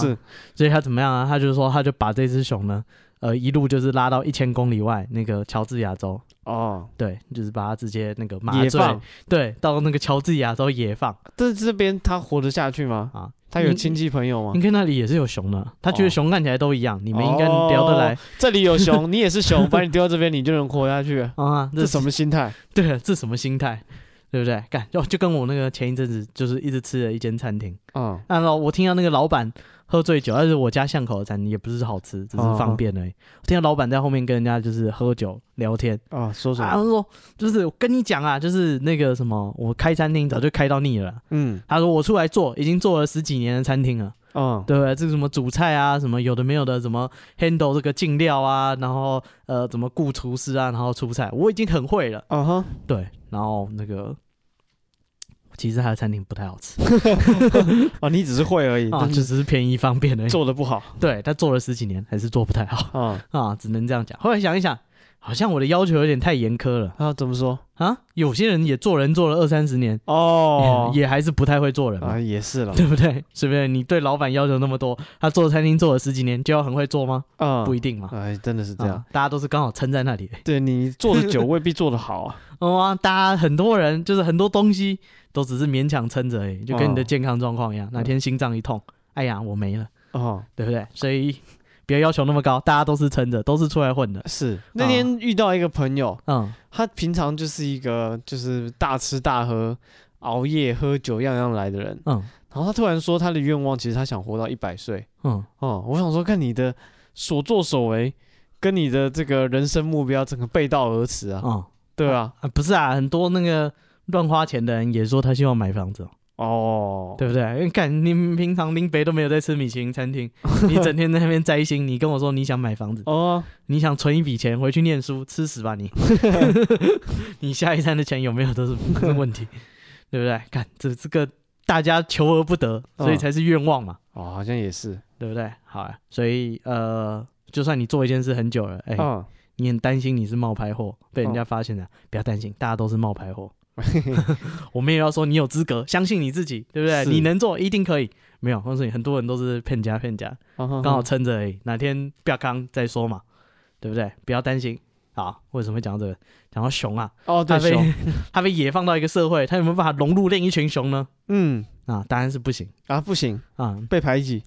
Speaker 1: 是，
Speaker 2: 所以他怎么样啊？他就说，他就把这只熊呢，呃，一路就是拉到一千公里外那个乔治亚州，
Speaker 1: 哦，
Speaker 2: 对，就是把它直接那个麻
Speaker 1: 野
Speaker 2: 醉
Speaker 1: 放，，
Speaker 2: 对，到那个乔治亚州野放
Speaker 1: 但这边他活得下去吗？
Speaker 2: 啊。
Speaker 1: 他有亲戚朋友吗
Speaker 2: 应？该那里也是有熊的，他觉得
Speaker 1: 哦
Speaker 2: 熊看起来都一样，你们应该聊得来
Speaker 1: 哦。这里有熊，你也是熊，把你丢到这边，你就能活下去。
Speaker 2: 啊。
Speaker 1: 哦这
Speaker 2: 这
Speaker 1: 什么心态？
Speaker 2: 对，这什么心态，对不对？干就就跟我那个前一阵子就是一直吃的一间餐厅，
Speaker 1: 嗯，
Speaker 2: 然后我听到那个老板喝醉酒，但是我家巷口的餐厅也不是好吃，只是方便而已。我听到老板在后面跟人家就是喝酒聊天，
Speaker 1: 哦，说什
Speaker 2: 啊，他
Speaker 1: 么？
Speaker 2: 说就是我跟你讲啊，就是那个什么，我开餐厅早就开到腻了啦。
Speaker 1: 嗯，
Speaker 2: 他说我出来做已经做了十几年的餐厅了，
Speaker 1: 哦，
Speaker 2: 对不对？这个什么主菜啊，什么有的没有的，什么 handle 这个进料啊，然后呃怎么雇厨师啊，然后出菜，我已经很会了。
Speaker 1: 啊哈，
Speaker 2: 对，然后那个其实他的餐厅不太好吃
Speaker 1: 哦，你只是会而已，
Speaker 2: 啊，
Speaker 1: 但
Speaker 2: 就是只是便宜方便而已。
Speaker 1: 做的不好
Speaker 2: 对他做了十几年还是做不太好
Speaker 1: 啊。
Speaker 2: 啊，只能这样讲。后来想一想，好像我的要求有点太严苛了
Speaker 1: 他怎么说？
Speaker 2: 啊。有些人也做人做了二三十年，
Speaker 1: 哦，
Speaker 2: 也还是不太会做人嘛，
Speaker 1: 啊，也是了，
Speaker 2: 对不对？ 是不是？你对老板要求那么多，他做餐厅做了十几年，就要很会做吗？
Speaker 1: 啊，
Speaker 2: 不一定嘛。
Speaker 1: 哎，真的是这样
Speaker 2: 啊。，大家都是刚好撑在那里。
Speaker 1: 对你做的久未必做得好啊。
Speaker 2: 哇、大家很多人就是很多东西都只是勉强撑着而已，就跟你的
Speaker 1: 哦嗯
Speaker 2: 健康状况一样，哪天心脏一痛，哎呀，我没了。
Speaker 1: 哦，
Speaker 2: 对不对？所以不要要求那么高，大家都是撑着，都是出来混的。
Speaker 1: 是那天遇到一个朋友，
Speaker 2: 嗯，
Speaker 1: 他平常就是一个就是大吃大喝、熬夜喝酒样样来的人，
Speaker 2: 嗯
Speaker 1: 然后他突然说他的愿望其实他想活到一百岁。
Speaker 2: 嗯，
Speaker 1: 哦、我想说看你的所作所为跟你的这个人生目标整个背道而驰啊，
Speaker 2: 哦、
Speaker 1: 对啊，
Speaker 2: 啊，不是啊，很多那个乱花钱的人也说他希望买房子哦，
Speaker 1: 哦，
Speaker 2: 对不对？因为干你平常林北都没有在吃米其林餐厅，你整天在那边摘星，你跟我说你想买房子，
Speaker 1: 哦，
Speaker 2: 你想存一笔钱回去念书，吃屎吧 你！你下一餐的钱有没有都是都是 问题，对不对？看这这个大家求而不得，所以
Speaker 1: 嗯
Speaker 2: 才是愿望嘛。
Speaker 1: 哦，好像也是，
Speaker 2: 对不对？好啊，所以呃，就算你做一件事很久了，哎、
Speaker 1: 嗯，
Speaker 2: 你很担心你是冒牌货被人家发现了，不要担心，大家都是冒牌 货。 我们也要说你有资格，相信你自己，对不对？
Speaker 1: 是
Speaker 2: 你能做，一定可以。没有，我告诉你，很多人都是骗家骗家，
Speaker 1: 刚
Speaker 2: 刚好撑着而已。哪天不要康再说嘛，对不对？不要担心。好，为什么会讲到这个？讲到熊啊，
Speaker 1: 哦，
Speaker 2: 它
Speaker 1: 对
Speaker 2: 被
Speaker 1: 熊，
Speaker 2: 它被野放到一个社会，它有没有办法融入另一群熊呢？
Speaker 1: 嗯，
Speaker 2: 啊，当然是不行
Speaker 1: 啊，不行，
Speaker 2: 啊、
Speaker 1: 被排挤，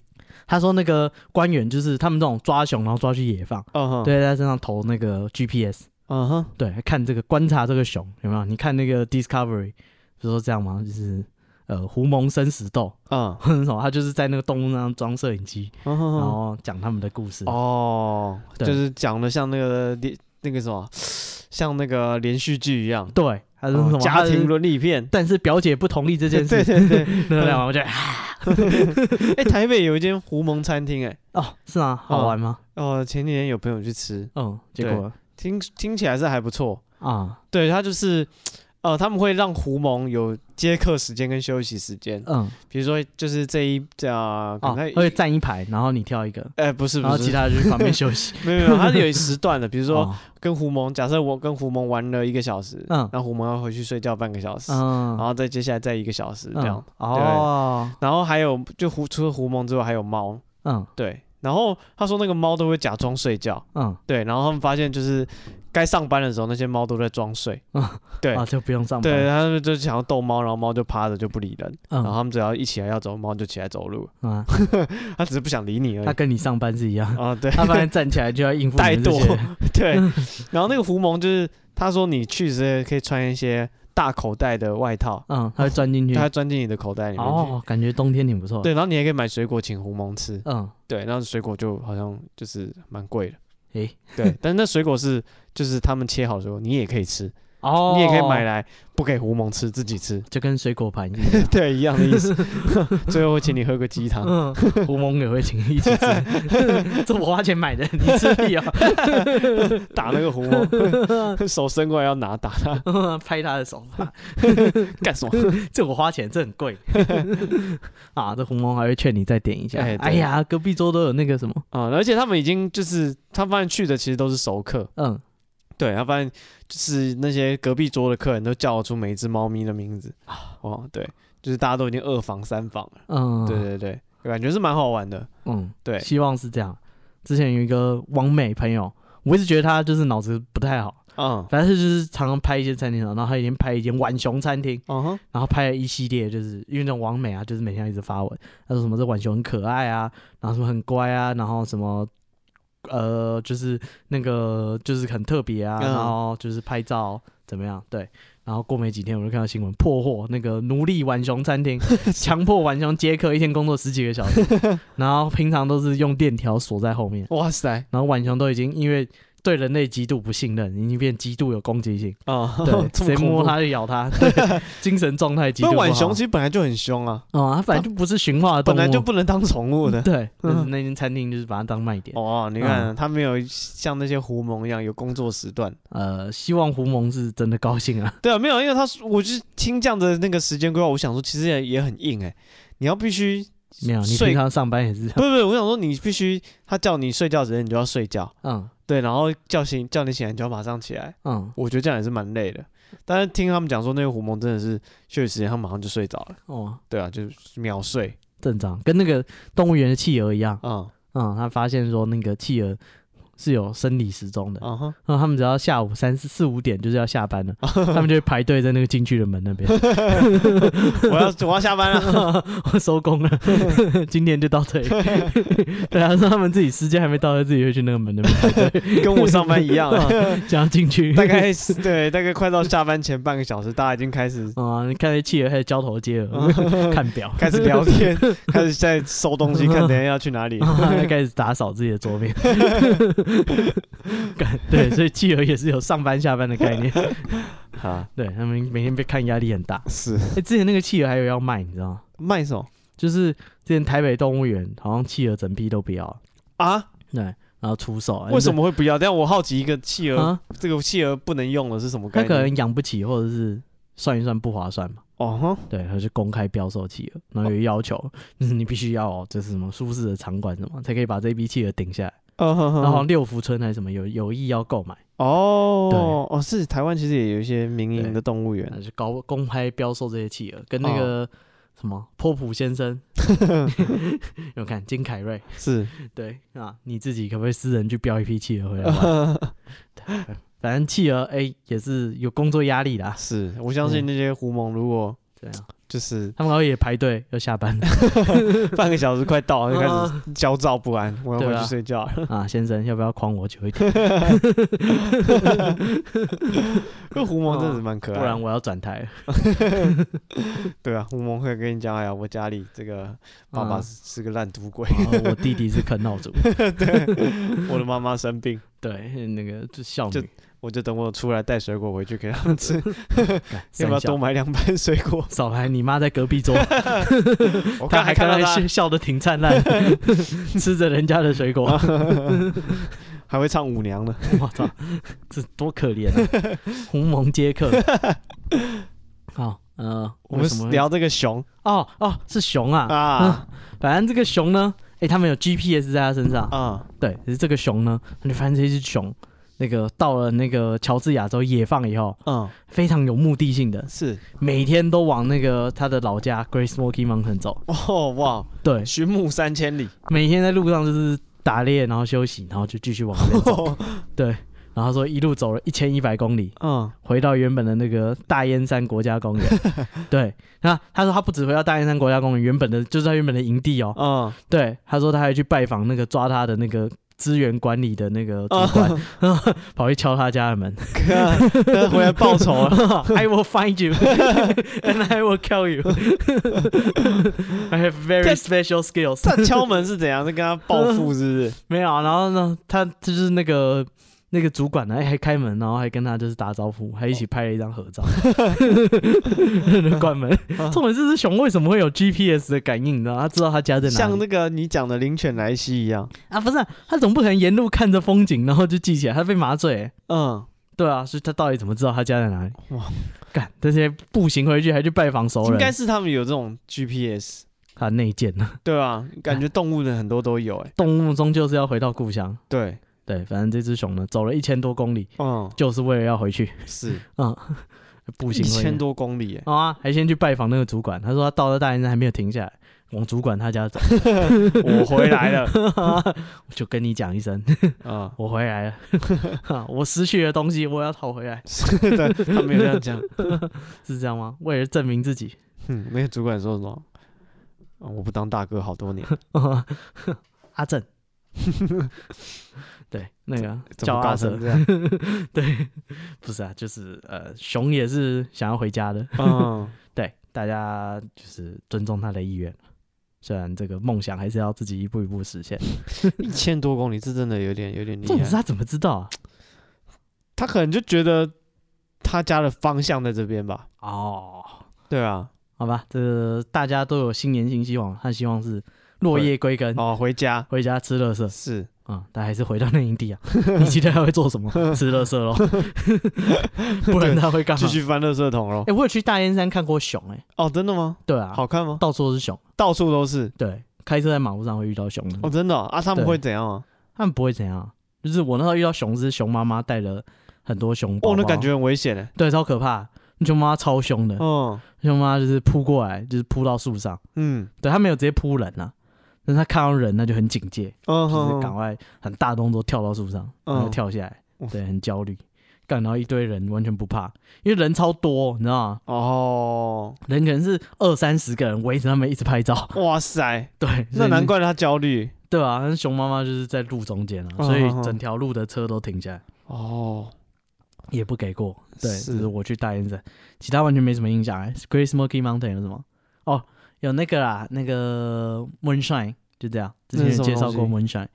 Speaker 2: 他说那个官员就是他们这种抓熊，然后抓去野放，
Speaker 1: 嗯哼，，
Speaker 2: 对，在身上投那个 GPS，
Speaker 1: 嗯哼，
Speaker 2: 对，看这个观察这个熊有没有？你看那个 Discovery，不是说这样吗？就是呃狐獴生死斗，
Speaker 1: 嗯，
Speaker 2: 或者什么，他就是在那个动物上装摄影机，
Speaker 1: 嗯
Speaker 2: 然
Speaker 1: 哼，
Speaker 2: 后讲他们的故事。
Speaker 1: 哦，
Speaker 2: 对
Speaker 1: 就是讲的像那个连那个什么，像那个像那个连续剧一样，
Speaker 2: 对，他是什
Speaker 1: 哦
Speaker 2: 么
Speaker 1: 家庭？
Speaker 2: 他是
Speaker 1: 伦理片，
Speaker 2: 但是表姐不同意这件
Speaker 1: 对对
Speaker 2: 事，
Speaker 1: 对对，
Speaker 2: 对不对？我觉得
Speaker 1: 哎，台北有一间胡蒙餐厅，哎，
Speaker 2: 哦，是啊，好玩吗？
Speaker 1: 哦，前几天有朋友去吃，
Speaker 2: 嗯，结果
Speaker 1: 听听起来是还不错，
Speaker 2: 啊，
Speaker 1: 对他就是，呃，他们会让胡蒙有接客时间跟休息时间，
Speaker 2: 嗯，
Speaker 1: 比如说就是这一这啊，可
Speaker 2: 哦，
Speaker 1: 能他
Speaker 2: 而
Speaker 1: 一
Speaker 2: 且站一排，然后你挑一个，
Speaker 1: 哎、不是
Speaker 2: 然
Speaker 1: 不
Speaker 2: 后
Speaker 1: 是，
Speaker 2: 其他人就去旁边休息。
Speaker 1: 没有没有，他是有时段的，比如说
Speaker 2: 哦
Speaker 1: 跟胡蒙，假设我跟胡蒙玩了一个小时，
Speaker 2: 嗯
Speaker 1: 那胡蒙要回去睡觉半个小时，
Speaker 2: 嗯
Speaker 1: 然后再接下来再一个小时哦这样，
Speaker 2: 嗯、哦，
Speaker 1: 然后还有就胡除了胡蒙之外还有猫，
Speaker 2: 嗯
Speaker 1: 对，然后他说那个猫都会假装睡觉，
Speaker 2: 嗯，
Speaker 1: 对，然后他们发现就是该上班的时候那些猫都在装睡，对
Speaker 2: 啊，就不用上班，
Speaker 1: 对，，哦他们就想要逗猫，然后猫就趴着就不理人，然后
Speaker 2: 嗯
Speaker 1: 他们只要一起来要走，猫就起来走路，
Speaker 2: 啊，
Speaker 1: 它只是不想理你而
Speaker 2: 他
Speaker 1: 已。
Speaker 2: 跟你上班是一样，
Speaker 1: 啊，对，
Speaker 2: 他反正站起来就要应 付
Speaker 1: 怠
Speaker 2: 你们这
Speaker 1: 惰
Speaker 2: 些，
Speaker 1: 对，然后那个狐獴就是他说你去的时候可以穿一些大口袋的外套，
Speaker 2: 嗯，他会钻 进去，
Speaker 1: 它会钻进你的口袋里面去。
Speaker 2: 哦，感觉冬天挺不错，，
Speaker 1: 对，然后你还可以买水果请狐獴吃，
Speaker 2: 嗯，
Speaker 1: 对，然后水果就好像就是蛮贵的，
Speaker 2: 诶，
Speaker 1: 对，但是那水果是就是他们切好的水果，你也可以吃，
Speaker 2: 哦，
Speaker 1: 你也可以买，来，不给胡蒙吃，自己吃，
Speaker 2: 就跟水果盘一样。
Speaker 1: 对，一样的意思。 最后会请你喝个鸡汤，
Speaker 2: 嗯， 胡蒙也会请一起吃， 这我花钱买的，你吃屁
Speaker 1: 打那个胡蒙，手伸过来要拿打他，
Speaker 2: 哦！ 拍他的手，啊
Speaker 1: 干什么？
Speaker 2: 这我花钱，这很贵 啊！这胡蒙还会劝你再点一下。
Speaker 1: 哎对
Speaker 2: 哎呀，隔壁桌都有那个什么，
Speaker 1: 啊、而且他们已经就是他发现去的其实都是熟客，
Speaker 2: 嗯，
Speaker 1: 对他发现就是那些隔壁桌的客人都叫得出每一只猫咪的名字哦，对，就是大家都已经二房三房了，
Speaker 2: 啊嗯，
Speaker 1: 对，对对，感觉是蛮好玩的，
Speaker 2: 嗯，
Speaker 1: 对
Speaker 2: 希望是这样。之前有一个王美朋友，我一直觉得他就是脑子不太好，
Speaker 1: 嗯，
Speaker 2: 反正就是常常拍一些餐厅，然后他已经拍一间浣熊餐厅，
Speaker 1: 嗯哼，
Speaker 2: 然后拍了一系列，就是因为那种王美啊，就是每天一直发文，他说什么这浣熊很可爱啊，然后什么很乖啊，然后什么。呃，就是那个，就是很特别啊，
Speaker 1: 嗯
Speaker 2: 然后就是拍照怎么样？对，然后过没几天，我就看到新闻破获那个奴隶浣熊餐厅，强迫浣熊接客，一天工作十几个小时，然后平常都是用链条锁在后面，
Speaker 1: 哇塞，
Speaker 2: 然后浣熊都已经因为对人类极度不信任，已经变极度有攻击性，
Speaker 1: 啊、
Speaker 2: 对，
Speaker 1: 这么
Speaker 2: 谁
Speaker 1: 恐
Speaker 2: 摸
Speaker 1: 怖
Speaker 2: 它就 咬它，对，精神状态极
Speaker 1: 不
Speaker 2: 度
Speaker 1: 过
Speaker 2: 不好。
Speaker 1: 浣熊其实本来就很凶 啊，
Speaker 2: 哦，它本来就不是驯化的动
Speaker 1: 本
Speaker 2: 物，
Speaker 1: 来就不能当宠物 的。
Speaker 2: 对，嗯
Speaker 1: 嗯
Speaker 2: 但是那间餐厅就是把它当卖点。
Speaker 1: 哦，你看、他没有像那些狐獴一样有工作时段。
Speaker 2: 呃，希望胡蒙是真的高兴啊，
Speaker 1: 对啊，没有，因为他我就是听这样的那个时间规划，我想说其实也也很硬哎、你要必须
Speaker 2: 没有，你
Speaker 1: 睡
Speaker 2: 平常上班也是这
Speaker 1: 不
Speaker 2: 样，
Speaker 1: 是不 是，我想说你必须他叫你睡觉时间你就要睡觉，
Speaker 2: 嗯
Speaker 1: 对，然后叫醒叫你起来你就要马上起来，
Speaker 2: 嗯，
Speaker 1: 我觉得这样也是蛮累的。但是听他们讲说那个狐獴真的是休息时间他马上就睡着了，
Speaker 2: 哦，
Speaker 1: 对啊，就是秒睡，
Speaker 2: 正常，跟那个动物园的企鹅一样，
Speaker 1: 嗯
Speaker 2: 嗯，他发现说那个企鹅是有生理时钟的，
Speaker 1: 嗯哼，
Speaker 2: 然后他们只要下午三四四五点就是要 下班了，他们就会排队在那个进去的门那边，
Speaker 1: 我要 我要下班了，
Speaker 2: 我收工了， 今天就 到这里。对啊，说他们自己时间还没到，他自己会去那个门那边排队，
Speaker 1: 跟我上班一样，啊
Speaker 2: 想要进去。
Speaker 1: 大 概是对，大概快到下班前半个小时，大家已经开始
Speaker 2: 啊，你看那企鹅还有交头接耳， 看表，
Speaker 1: 开始 聊天，开始在收东西，看等一下要去哪里。
Speaker 2: 啊，开始打扫自己的桌面。 干对，所以企鹅也是有上班下班的 概念。
Speaker 1: 啊，
Speaker 2: 对他们每天被看压力很大。
Speaker 1: 是
Speaker 2: 哎、之前那个企鹅还有要卖，你知道吗？
Speaker 1: 卖什么
Speaker 2: 就是之前台北动物园好像企鹅整批都不要了，
Speaker 1: 啊？
Speaker 2: 对，然后出售。
Speaker 1: 为什么会不要？但我好奇一个企鹅，
Speaker 2: 啊？
Speaker 1: 这个企鹅不能用了是什么概
Speaker 2: 他
Speaker 1: 念？
Speaker 2: 可能养不起，或者是算一算不划算嘛。
Speaker 1: 哦哼，
Speaker 2: 对，他就公开标售企鹅，然后有要求， 就是你必须要哦就是什么舒适的场馆什么，才可以把这一批企鹅顶下来。
Speaker 1: 哦哼
Speaker 2: 然后好像
Speaker 1: 哼，
Speaker 2: 六福村还是什么有有意要购买，
Speaker 1: 哦哦，是台湾其实也有一些民营的动物园
Speaker 2: 那就高公开标售这些企鹅，跟那
Speaker 1: 哦
Speaker 2: 个什么波普 先生， 有看金凯瑞，
Speaker 1: 是，
Speaker 2: 对啊，你自己可不可以私人去标一批企鹅回来玩？ 反正企鹅哎、也是有工作压力啦，
Speaker 1: 是我相信那些狐獴如果
Speaker 2: 对啊，
Speaker 1: 就是
Speaker 2: 他们好像也排队要下班了
Speaker 1: 半个小时快到了，就开
Speaker 2: 啊
Speaker 1: 始焦躁不安，我要
Speaker 2: 对
Speaker 1: 回
Speaker 2: 啊
Speaker 1: 去睡觉了。
Speaker 2: 啊，先生要不要诓我久一点？
Speaker 1: 因为狐獴真的是蛮可
Speaker 2: 哦不
Speaker 1: 爱的，
Speaker 2: 然我要转台了。
Speaker 1: 对啊，狐獴会跟你讲，哎呀，我家里这个爸爸
Speaker 2: 嗯
Speaker 1: 是是个烂赌鬼，
Speaker 2: 然后哦我弟弟是啃老族，
Speaker 1: 我的妈妈生病，
Speaker 2: 对，那个就孝
Speaker 1: 就
Speaker 2: 女，
Speaker 1: 我就等我出来带水果回去给他们 吃，
Speaker 2: 干
Speaker 1: 要不要
Speaker 2: 三小
Speaker 1: 多买两盘水 果？
Speaker 2: 少来，你妈在隔壁桌，
Speaker 1: 我
Speaker 2: 她
Speaker 1: 刚才
Speaker 2: 还
Speaker 1: 看
Speaker 2: 刚
Speaker 1: 到
Speaker 2: 才
Speaker 1: 他
Speaker 2: 笑笑的挺 灿烂的，吃着人家的水
Speaker 1: 啊
Speaker 2: 果，
Speaker 1: 还会唱舞娘呢。
Speaker 2: 我操，这多可怜啊！ 鸿蒙接客，好，呃，
Speaker 1: 我
Speaker 2: 为
Speaker 1: 们
Speaker 2: 什么会
Speaker 1: 聊这个熊
Speaker 2: 哦哦是熊啊，
Speaker 1: 啊
Speaker 2: 反正这个熊呢，哎，他们有 GPS 在它身上，
Speaker 1: 啊，
Speaker 2: 对，可是这个熊呢，你发现这只熊，那个到了那个乔治亚州野放以后，
Speaker 1: 嗯，
Speaker 2: 非常有目的性的，
Speaker 1: 是
Speaker 2: 每天都往那个他的老家 Great Smoky Mountain 走，
Speaker 1: 哦哇，
Speaker 2: 对，
Speaker 1: 寻母三千 里，
Speaker 2: 每天在路上就是打猎，然后休息，然后就继续往前走，
Speaker 1: 哦
Speaker 2: 对。然后说一路走了一千一百公里，
Speaker 1: 嗯
Speaker 2: 回到原本的那个大燕山国家公园。对，那他说他不止回到大燕山国家公园原本的，就是他原本的营地哦。
Speaker 1: 嗯，
Speaker 2: 对，他说他还去拜访那个抓他的那个资源管理的那个主管， 跑去敲他家的门
Speaker 1: 看他回来报仇了，
Speaker 2: ，I will find you and I will kill you. I have very special skills.
Speaker 1: 他敲门是怎样？是跟他报复是
Speaker 2: 没有啊，然后呢，他就是那个那个主管呢，哎还开门，然后还跟他就是打招呼，还一起拍了一张合照。关门，
Speaker 1: 啊
Speaker 2: 重点是这熊为什么会有 GPS 的感应？你知道，他知道他家在哪
Speaker 1: 像
Speaker 2: 里
Speaker 1: 那个你讲的灵犬莱西一样，
Speaker 2: 啊？不是啊，他总不可能沿路看着风景，然后就记起来，他被麻醉欸、
Speaker 1: 嗯，
Speaker 2: 对啊，所以他到底怎么知道他家在哪里？哇
Speaker 1: 哇，
Speaker 2: 干！这些步行回去还去拜访熟人，
Speaker 1: 应该是他们有这种 GPS，
Speaker 2: 他内建呢。
Speaker 1: 对吧？感觉动物的很多都有、欸，哎，
Speaker 2: 动物终究是要回到故乡。
Speaker 1: 对，
Speaker 2: 对，反正这只熊呢，走了一千多公里，
Speaker 1: 嗯，
Speaker 2: 就是为了要回去。
Speaker 1: 是
Speaker 2: 嗯，步
Speaker 1: 一
Speaker 2: 行回去
Speaker 1: 千多公里、欸，
Speaker 2: 好啊，还先去拜访那个主管，他说他到了大岩山还没有停下来，往主管他家 走，
Speaker 1: 我回来了，
Speaker 2: 我就跟你讲一声，
Speaker 1: 啊、
Speaker 2: 我回来了， 我失去的东西我要讨回来，
Speaker 1: 是的，他没有这样讲。
Speaker 2: 是这样吗？为了证明自己，
Speaker 1: 哼，那个主管说什么？啊我不当大哥好多 年，
Speaker 2: 阿正，对，那个
Speaker 1: 怎
Speaker 2: 叫
Speaker 1: 么
Speaker 2: 阿
Speaker 1: 搞
Speaker 2: 正
Speaker 1: 成，这样？
Speaker 2: 对，不是啊，就是呃，熊也是想要回家的，
Speaker 1: 嗯，
Speaker 2: 对，大家就是尊重他的意愿，虽然这个梦想还是要自己一步一步实现。
Speaker 1: 一千多公里，这真的有点有点厉
Speaker 2: 重点是
Speaker 1: 害。
Speaker 2: 他怎么知道啊？
Speaker 1: 他可能就觉得他家的方向在这边吧？
Speaker 2: 哦，
Speaker 1: 对啊，
Speaker 2: 好吧，这个大家都有新年新希望，他希望是落叶归根，
Speaker 1: 哦，回家
Speaker 2: 回家吃乐色
Speaker 1: 是
Speaker 2: 啊，但还是回到那营地啊。 你期待他会 做什么？吃乐色咯，不然他会干嘛
Speaker 1: 继？续翻垃圾桶喽
Speaker 2: 哎、。我有去大燕山看过熊、欸，哎，
Speaker 1: 哦，真的吗？
Speaker 2: 对啊，
Speaker 1: 好看吗？
Speaker 2: 到处都是熊，
Speaker 1: 到处都是。
Speaker 2: 对，开车在马路上会遇到熊的，
Speaker 1: 哦，真的哦啊？他们
Speaker 2: 对
Speaker 1: 会怎样啊？
Speaker 2: 他们不会怎样啊，就是我那时候遇到熊是熊妈妈带了很多熊啊包
Speaker 1: 哦，
Speaker 2: 包，
Speaker 1: 那感觉很危险哎。
Speaker 2: 对，超可怕，那熊妈妈超凶的，
Speaker 1: 嗯
Speaker 2: 熊妈妈就是扑过来，就是扑到树上，
Speaker 1: 嗯
Speaker 2: 对，他没有直接扑人啊，但是他看到人那就很警戒，
Speaker 1: 嗯
Speaker 2: 就是赶
Speaker 1: 哼，
Speaker 2: 快很大动作跳到树上，然后
Speaker 1: 嗯
Speaker 2: 跳下来，
Speaker 1: 哇
Speaker 2: 对，很焦虑。干，然后一堆人完全不怕，因为人超多，你知道吗？
Speaker 1: 哦，
Speaker 2: 人可能是二三十个人围着他们一直拍照，
Speaker 1: 哇塞，
Speaker 2: 对，所
Speaker 1: 那
Speaker 2: 以
Speaker 1: 难怪他焦虑
Speaker 2: 对啊，但是熊妈妈就是在路中间啊，
Speaker 1: 嗯
Speaker 2: 所以
Speaker 1: 嗯嗯
Speaker 2: 整条路的车都停下来，
Speaker 1: 哦。
Speaker 2: 也不给过。对，
Speaker 1: 是
Speaker 2: 这是我去大燕山，其他完全没什么印象、欸。Great Smoky Mountain 有什么？哦，有那个啦，那个 Moonshine 就这样，之前
Speaker 1: 那
Speaker 2: 有
Speaker 1: 是什么
Speaker 2: 介绍过
Speaker 1: 东
Speaker 2: Moonshine，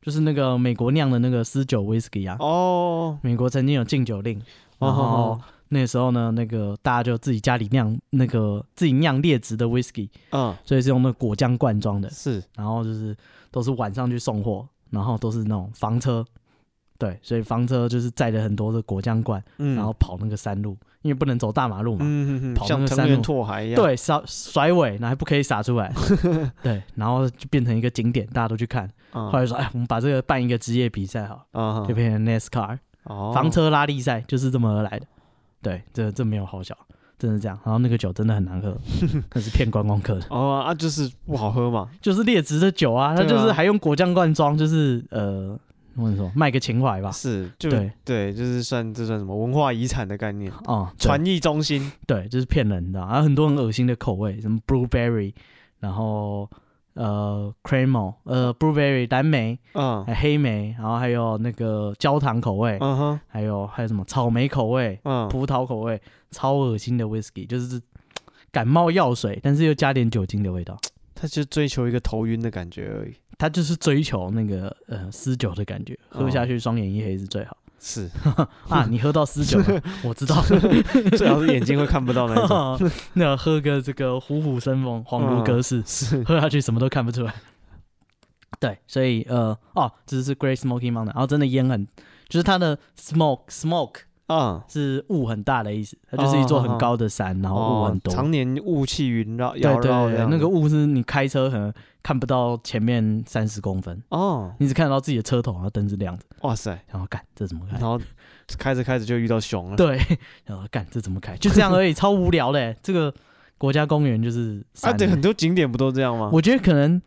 Speaker 2: 就是那个美国酿的那个私酒 Whisky 啊。
Speaker 1: 哦，
Speaker 2: 美国曾经有禁酒令，然后
Speaker 1: 哦，
Speaker 2: 那时候呢，那个大家就自己家里酿那个自己酿劣质的 whisky，
Speaker 1: 嗯，
Speaker 2: 所以是用那个果酱罐装的，
Speaker 1: 是
Speaker 2: 然后就是都是晚上去送货，然后都是那种房车，对，所以房车就是载了很多的果酱罐，
Speaker 1: 嗯，
Speaker 2: 然后跑那个山路，因为不能走大马路嘛，
Speaker 1: 嗯，嗯嗯
Speaker 2: 跑那
Speaker 1: 像
Speaker 2: 个
Speaker 1: 藤
Speaker 2: 山
Speaker 1: 原
Speaker 2: 路
Speaker 1: 拓海一样，，
Speaker 2: 对，甩甩尾，然后还不可以 撒出来，对，然后就变成一个景点，大家都去看。
Speaker 1: 嗯
Speaker 2: 后来说，哎，我们把这个办一个职业比赛好了，
Speaker 1: 啊
Speaker 2: 就变成 NASCAR，
Speaker 1: 哦，
Speaker 2: 房车拉力赛就是这么而来的。对，这这没有好小，真的这样。然后那个酒真的很 难喝，那是骗观光客的，
Speaker 1: 哦啊，就是不好喝嘛，
Speaker 2: 就是劣质的酒啊，它
Speaker 1: 对
Speaker 2: 就是
Speaker 1: 啊
Speaker 2: 还用果酱罐装，就是呃，我跟你说，卖个情怀吧。
Speaker 1: 是，就
Speaker 2: 啊对
Speaker 1: 对，就是算这算什么文化遗产的概念，
Speaker 2: 哦、对
Speaker 1: 传艺中心，
Speaker 2: 对，就是骗人的啊，然后很多很恶心的口味，什么 blueberry，然后呃 c r a m e 呃 blueberry 蓝莓，
Speaker 1: 嗯
Speaker 2: 还黑莓，然后还有那个焦糖口味，
Speaker 1: 嗯哼，
Speaker 2: 还有还有什么草莓口味、
Speaker 1: 嗯，
Speaker 2: 葡萄口味，超恶心的 whisky，就是感冒药水，但是又加点酒精的味道。
Speaker 1: 他就追求一个头晕的感觉而已，
Speaker 2: 它就是追求那个呃私酒的感觉，喝下去双眼一黑是最好、
Speaker 1: 是，
Speaker 2: 啊！你喝到私酒了，我知道，
Speaker 1: 最好是眼睛会看不到那一 种，
Speaker 2: 那喝个这个虎虎生风，恍如隔世，
Speaker 1: 是，
Speaker 2: 喝下去什么都看不出来。对，所以呃，哦，这是 Great Smoky Mountain，然后真的烟很，就是它的 smoke smoke
Speaker 1: 嗯，
Speaker 2: 是雾很大的意思，它就是一座很高的山，然后雾
Speaker 1: 哦
Speaker 2: 很，多。
Speaker 1: 常年雾气云绕
Speaker 2: 对
Speaker 1: 缭
Speaker 2: 对
Speaker 1: 绕这
Speaker 2: 对，
Speaker 1: 样，
Speaker 2: 那个雾是你开车可能看不到前面三十公分，
Speaker 1: 哦，
Speaker 2: 你只看得到自己的车头，然后灯是亮着，
Speaker 1: 哇塞，
Speaker 2: 然后干这怎么开
Speaker 1: 然？后开着开着就遇到熊了，
Speaker 2: 哎对，然后干这怎么开？就这样而已，超无聊的欸。这个国家公园就是
Speaker 1: 啊，
Speaker 2: 山欸，
Speaker 1: 对，很多景点不都这样吗？
Speaker 2: 我觉得可能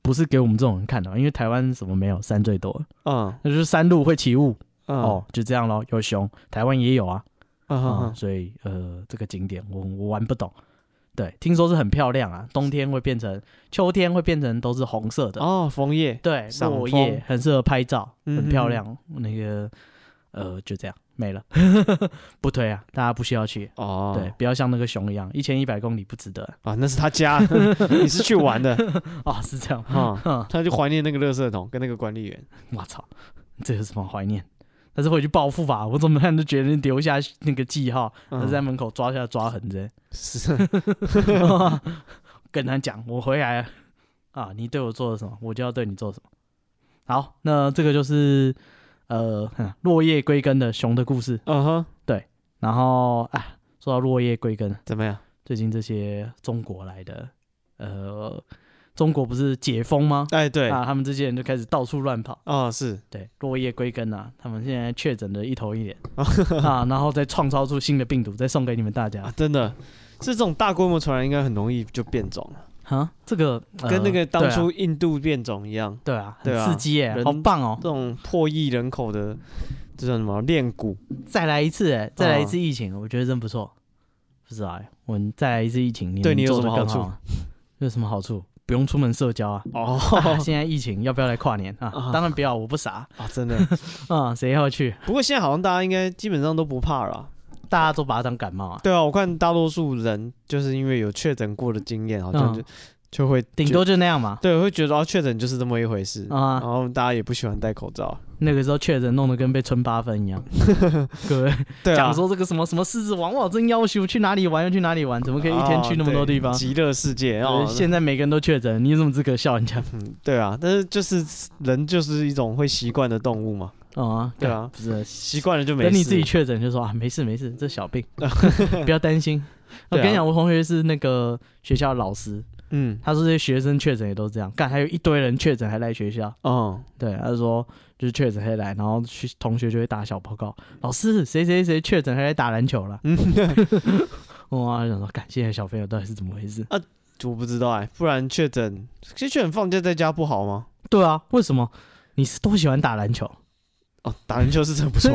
Speaker 2: 不是给我们这种人看的，因为台湾什么没有，山最多，
Speaker 1: 嗯
Speaker 2: 那就是山路会起雾、
Speaker 1: 嗯
Speaker 2: 哦，就这样咯。有熊，台湾也有啊，
Speaker 1: 嗯
Speaker 2: 啊、
Speaker 1: 嗯
Speaker 2: 所以呃，这个景点我我玩不懂。对，听说是很漂亮啊，冬天会变成，秋天会变成都是红色的，
Speaker 1: 嗯，哦，枫叶，
Speaker 2: 对，
Speaker 1: 赏
Speaker 2: 落
Speaker 1: 枫
Speaker 2: 叶很适合拍照，很
Speaker 1: 嗯
Speaker 2: 漂
Speaker 1: 哼
Speaker 2: 亮。那个呃，就这样没了， 不推啊，大家不需要去。
Speaker 1: 哦，
Speaker 2: 对，不要像那个熊一样，一千一百公里不值得
Speaker 1: 啊，那是他家， 你是去玩 的
Speaker 2: 哦，是这样吗？
Speaker 1: 哈、他就怀念那个垃圾桶跟那个管理员，
Speaker 2: 我操，这有什么怀念？但是回去报复吧，我怎么看都觉得留下那个记号，他
Speaker 1: 嗯
Speaker 2: 在门口抓下抓痕子，
Speaker 1: 是
Speaker 2: 跟他讲我回来了啊，你对我做了什么，我就要对你做什么。好，那这个就是呃哼落叶归根的熊的故事。
Speaker 1: 嗯哼，
Speaker 2: 然后啊，说到落叶归根，
Speaker 1: 怎么样？
Speaker 2: 最近这些中国来的呃，中国不是解封吗？
Speaker 1: 哎，对，
Speaker 2: 啊，他们这些人就开始到处乱跑。
Speaker 1: 哦，是，
Speaker 2: 对，落叶归根啊，他们现在确诊的一 头一脸
Speaker 1: 哦
Speaker 2: 啊，然后再创造出新的病毒，再送给你们大家
Speaker 1: 啊，真的，这种大规模传染应该很容易就变种了，
Speaker 2: 啊。这个、呃
Speaker 1: 跟那个当
Speaker 2: 对啊
Speaker 1: 初印度变种一样，
Speaker 2: 对啊，
Speaker 1: 对
Speaker 2: 很
Speaker 1: 啊
Speaker 2: 刺激耶，
Speaker 1: 人
Speaker 2: 好棒哦！
Speaker 1: 这种破亿人口的这叫什么练骨，
Speaker 2: 再来一次，哎，再来
Speaker 1: 啊
Speaker 2: 一次疫情，我觉得真不错。不知道哎，我们再来一次疫情，你
Speaker 1: 对你
Speaker 2: 们
Speaker 1: 有
Speaker 2: 做
Speaker 1: 什
Speaker 2: 得
Speaker 1: 么
Speaker 2: 更
Speaker 1: 好处
Speaker 2: 好吗？有什么好处？不用出门社交啊！
Speaker 1: 哦，
Speaker 2: 啊现在疫情要不要来跨年啊？
Speaker 1: 啊
Speaker 2: 当然不要，我不傻
Speaker 1: 啊，真的。
Speaker 2: 啊，谁要去？
Speaker 1: 不过现在好像大家应该基本上都不怕了啊。
Speaker 2: 大家都把它当感冒啊，
Speaker 1: 对啊，我看大多数人就是因为有确诊过的经验，好像就、
Speaker 2: 嗯
Speaker 1: 就会
Speaker 2: 顶
Speaker 1: 觉
Speaker 2: 多就那样嘛。
Speaker 1: 对会觉得哦，确诊就是这么一回事
Speaker 2: 啊
Speaker 1: 然后大家也不喜欢戴口罩。
Speaker 2: 那个时候确诊弄得跟被春八分一 样，各位
Speaker 1: 对啊
Speaker 2: 讲，说这个什么什么狮子王，哇，真要求去哪里玩就去哪里玩，怎么可以一天去那么多地方
Speaker 1: 哦对？极乐世界
Speaker 2: 呃
Speaker 1: 哦。
Speaker 2: 现在每个人都确诊，你有什么资格笑人家？
Speaker 1: 嗯对啊，但是就是人就是一种会习惯的动物嘛，
Speaker 2: 啊，
Speaker 1: 对啊
Speaker 2: 不是
Speaker 1: 习惯了就没事。
Speaker 2: 等你自己确诊就说啊，没事没事，这小 病，不要担心。我
Speaker 1: 对啊
Speaker 2: 跟你讲，我同学是那个学校的老师，
Speaker 1: 嗯
Speaker 2: 他说这些学生确诊也都这样，干还有一堆人确诊还来学校。
Speaker 1: 哦
Speaker 2: 对，啊他就说就是确诊还来，然后去同学就会打小报告，老师谁谁谁确诊还来打篮球 了。
Speaker 1: 嗯，
Speaker 2: 哇，就想说，感谢小朋友到底是怎么回事？
Speaker 1: 我不知道哎、不然确诊，其实确诊放假在家不好吗？
Speaker 2: 对啊，为什么你是多喜欢打篮球？
Speaker 1: 哦，打篮球是 真不 错。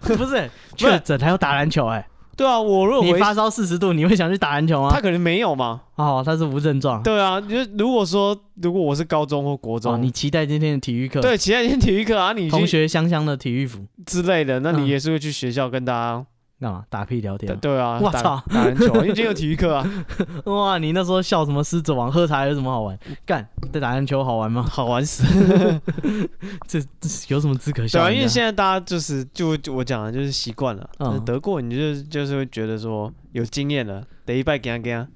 Speaker 2: 不是 确诊还要打篮球、哎，
Speaker 1: 对啊，我如果
Speaker 2: 你
Speaker 1: 回
Speaker 2: 发烧四十度，你会想去打篮球吗
Speaker 1: 他？可能没有嘛。
Speaker 2: 哦，他是无症状。
Speaker 1: 对啊，就是如果说如果我是高中或国中，
Speaker 2: 哦，你期待今天的体育课？
Speaker 1: 对其他一天体育课啊，你去
Speaker 2: 同学香香的体育服
Speaker 1: 之类的，那
Speaker 2: 嗯
Speaker 1: 你也是会去学校跟大家、
Speaker 2: 干嘛？打屁聊
Speaker 1: 打
Speaker 2: 天？
Speaker 1: 对啊，
Speaker 2: 我
Speaker 1: 打
Speaker 2: 操
Speaker 1: 打篮球啊，因为今天有体育 课啊，
Speaker 2: 哇，你那时候笑什么狮子王？喝茶有什么好玩？干，这打篮球好玩 吗？
Speaker 1: 好玩死。
Speaker 2: 这这有什么资格
Speaker 1: 对
Speaker 2: 笑
Speaker 1: 啊，
Speaker 2: 人家？
Speaker 1: 因为现在大家就是就就我讲的就是习惯了，
Speaker 2: 嗯
Speaker 1: 那得过你就是就是会觉得说有经验了，得一拜给他给他，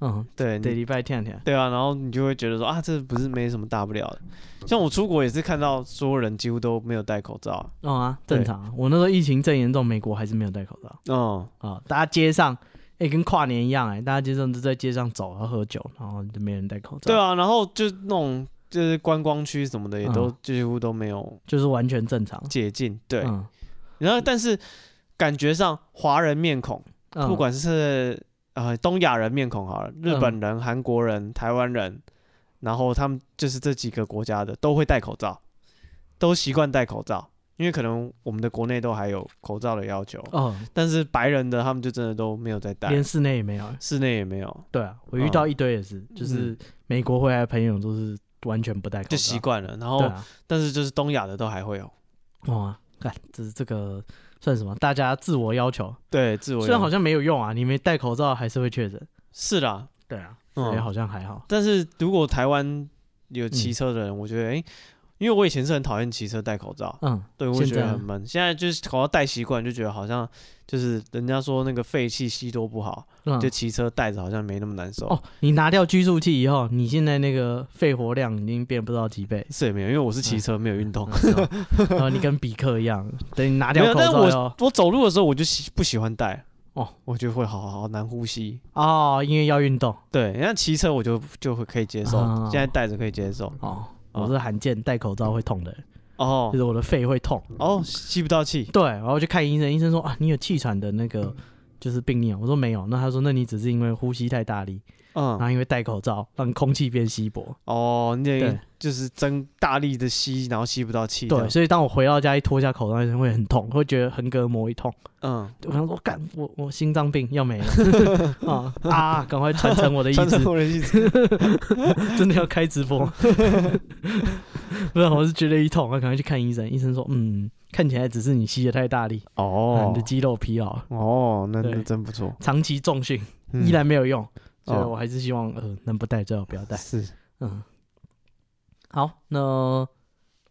Speaker 2: 嗯，
Speaker 1: 对你
Speaker 2: 得礼拜天天。
Speaker 1: 对啊，然后你就会觉得说啊，这不是没什么大不了的。像我出国也是看到所有人几乎都没有戴口罩啊，
Speaker 2: 嗯啊，
Speaker 1: 对
Speaker 2: 正常啊。我那时候疫情正严重，美国还是没有戴口罩
Speaker 1: 嗯，
Speaker 2: 啊。大家街上，哎、跟跨年一样哎、大家街上都在街上走，然后喝酒，然后就没人戴口罩。
Speaker 1: 对，啊，然后就那种就是观光区什么的也都、
Speaker 2: 嗯
Speaker 1: 几乎都没有
Speaker 2: 就是完全正常。
Speaker 1: 解禁，对。
Speaker 2: 嗯，
Speaker 1: 然后但是感觉上华人面孔，
Speaker 2: 嗯
Speaker 1: 不管是呃东亚人面孔好了，嗯日本人、韩国人、台湾人，然后他们就是这几个国家的都会戴口罩，都习惯戴口罩，因为可能我们的国内都还有口罩的要求。
Speaker 2: 哦，
Speaker 1: 但是白人的他们就真的都没有在戴
Speaker 2: 连，室内也没有、哎
Speaker 1: 室内也没有，
Speaker 2: 对啊，我遇到一堆也是，
Speaker 1: 嗯
Speaker 2: 就是美国回来的朋友都是完全不戴口罩，
Speaker 1: 就习惯哦了。然
Speaker 2: 对
Speaker 1: 后，
Speaker 2: 啊，
Speaker 1: 但是就是东亚的都还会有，
Speaker 2: 哇，看这是这个算什么？大家自我要求，
Speaker 1: 对，自我
Speaker 2: 虽然好
Speaker 1: 像
Speaker 2: 像没有用啊，你没戴口罩还是会确诊。
Speaker 1: 是啦，
Speaker 2: 对啊，所以
Speaker 1: 嗯，
Speaker 2: 好像还好。
Speaker 1: 但是如果台湾有骑车的人，我觉得，诶，因为我以前是很讨厌骑车戴口罩，
Speaker 2: 嗯，
Speaker 1: 对，我
Speaker 2: 现
Speaker 1: 觉得
Speaker 2: 在
Speaker 1: 很闷。现在就是口罩戴习惯，就觉得好像就是人家说那个废气吸多不好，
Speaker 2: 嗯
Speaker 1: 就骑车戴着好像没那么难受。。
Speaker 2: 哦，你拿掉居住器以后，你现在那个肺活量已经变不知道几倍
Speaker 1: 是也没有，因为我是骑车没有运动
Speaker 2: 嗯，是哦然后你跟比克一样，等你拿
Speaker 1: 没
Speaker 2: 掉
Speaker 1: 有。
Speaker 2: 口
Speaker 1: 但是
Speaker 2: 罩以
Speaker 1: 我
Speaker 2: 后，
Speaker 1: 我走路的时候我就喜不喜欢戴
Speaker 2: 哦，
Speaker 1: 我就会好好好难呼吸。
Speaker 2: 哦，因为要运动
Speaker 1: 对，人家骑车我就就会可以接受，
Speaker 2: 啊
Speaker 1: 现在戴着可以接受。
Speaker 2: 哦。
Speaker 1: 哦
Speaker 2: 我是罕见戴口罩会痛的人，
Speaker 1: 哦
Speaker 2: 就是我的肺会痛。
Speaker 1: 哦，吸不到气，
Speaker 2: 对，然后去看医生，医生说啊，你有气喘的那
Speaker 1: 嗯
Speaker 2: 个就是病例啊。我说没有，那他说那你只是因为呼吸太大力，然
Speaker 1: 嗯，
Speaker 2: 后因为戴口罩让空气变稀薄。
Speaker 1: 哦，你等于
Speaker 2: 对
Speaker 1: 就是增大力的吸，然后吸不到气，这
Speaker 2: 对，
Speaker 1: 样
Speaker 2: 所以当我回到家一脱下口罩，医生会很痛，会觉得横膈膜一痛。
Speaker 1: 嗯，
Speaker 2: 我想说，干我我心脏病要没了 啊啊！赶快传承我的意
Speaker 1: 穿
Speaker 2: 志
Speaker 1: 成，我的意 思，
Speaker 2: 真的要开直播。不然我是觉得一痛，我赶快去看医生。医生说，嗯，看起来只是你吸的太大力，啊
Speaker 1: 哦
Speaker 2: 你的肌肉疲劳，
Speaker 1: 哦，那
Speaker 2: 对
Speaker 1: 那真不错，
Speaker 2: 长期重训
Speaker 1: 嗯
Speaker 2: 依然没有用，所以
Speaker 1: 哦
Speaker 2: 我还是希望呃能不戴最好不要戴。
Speaker 1: 是
Speaker 2: 嗯，好，那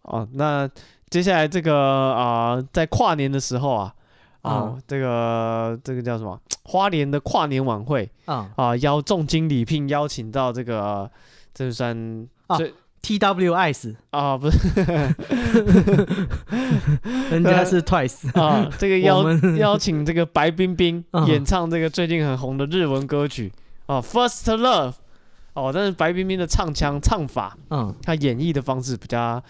Speaker 1: 哦，那接下来这个啊、呃在跨年的时候啊，啊、
Speaker 2: 嗯
Speaker 1: 这个这个叫什么？花莲的跨年晚会
Speaker 2: 啊
Speaker 1: 啊、邀重金礼聘邀请到这个，呃这算
Speaker 2: 啊
Speaker 1: 最
Speaker 2: ，TW Ice，
Speaker 1: 啊、不是
Speaker 2: 人家 是 Twice，
Speaker 1: 啊、这个邀
Speaker 2: 我们
Speaker 1: 邀请这个白冰 冰
Speaker 2: 嗯
Speaker 1: 演唱这个最近很红的日文歌曲啊、First Love》哦，但是白冰冰的唱腔唱法，
Speaker 2: 嗯
Speaker 1: 她演绎的方式比较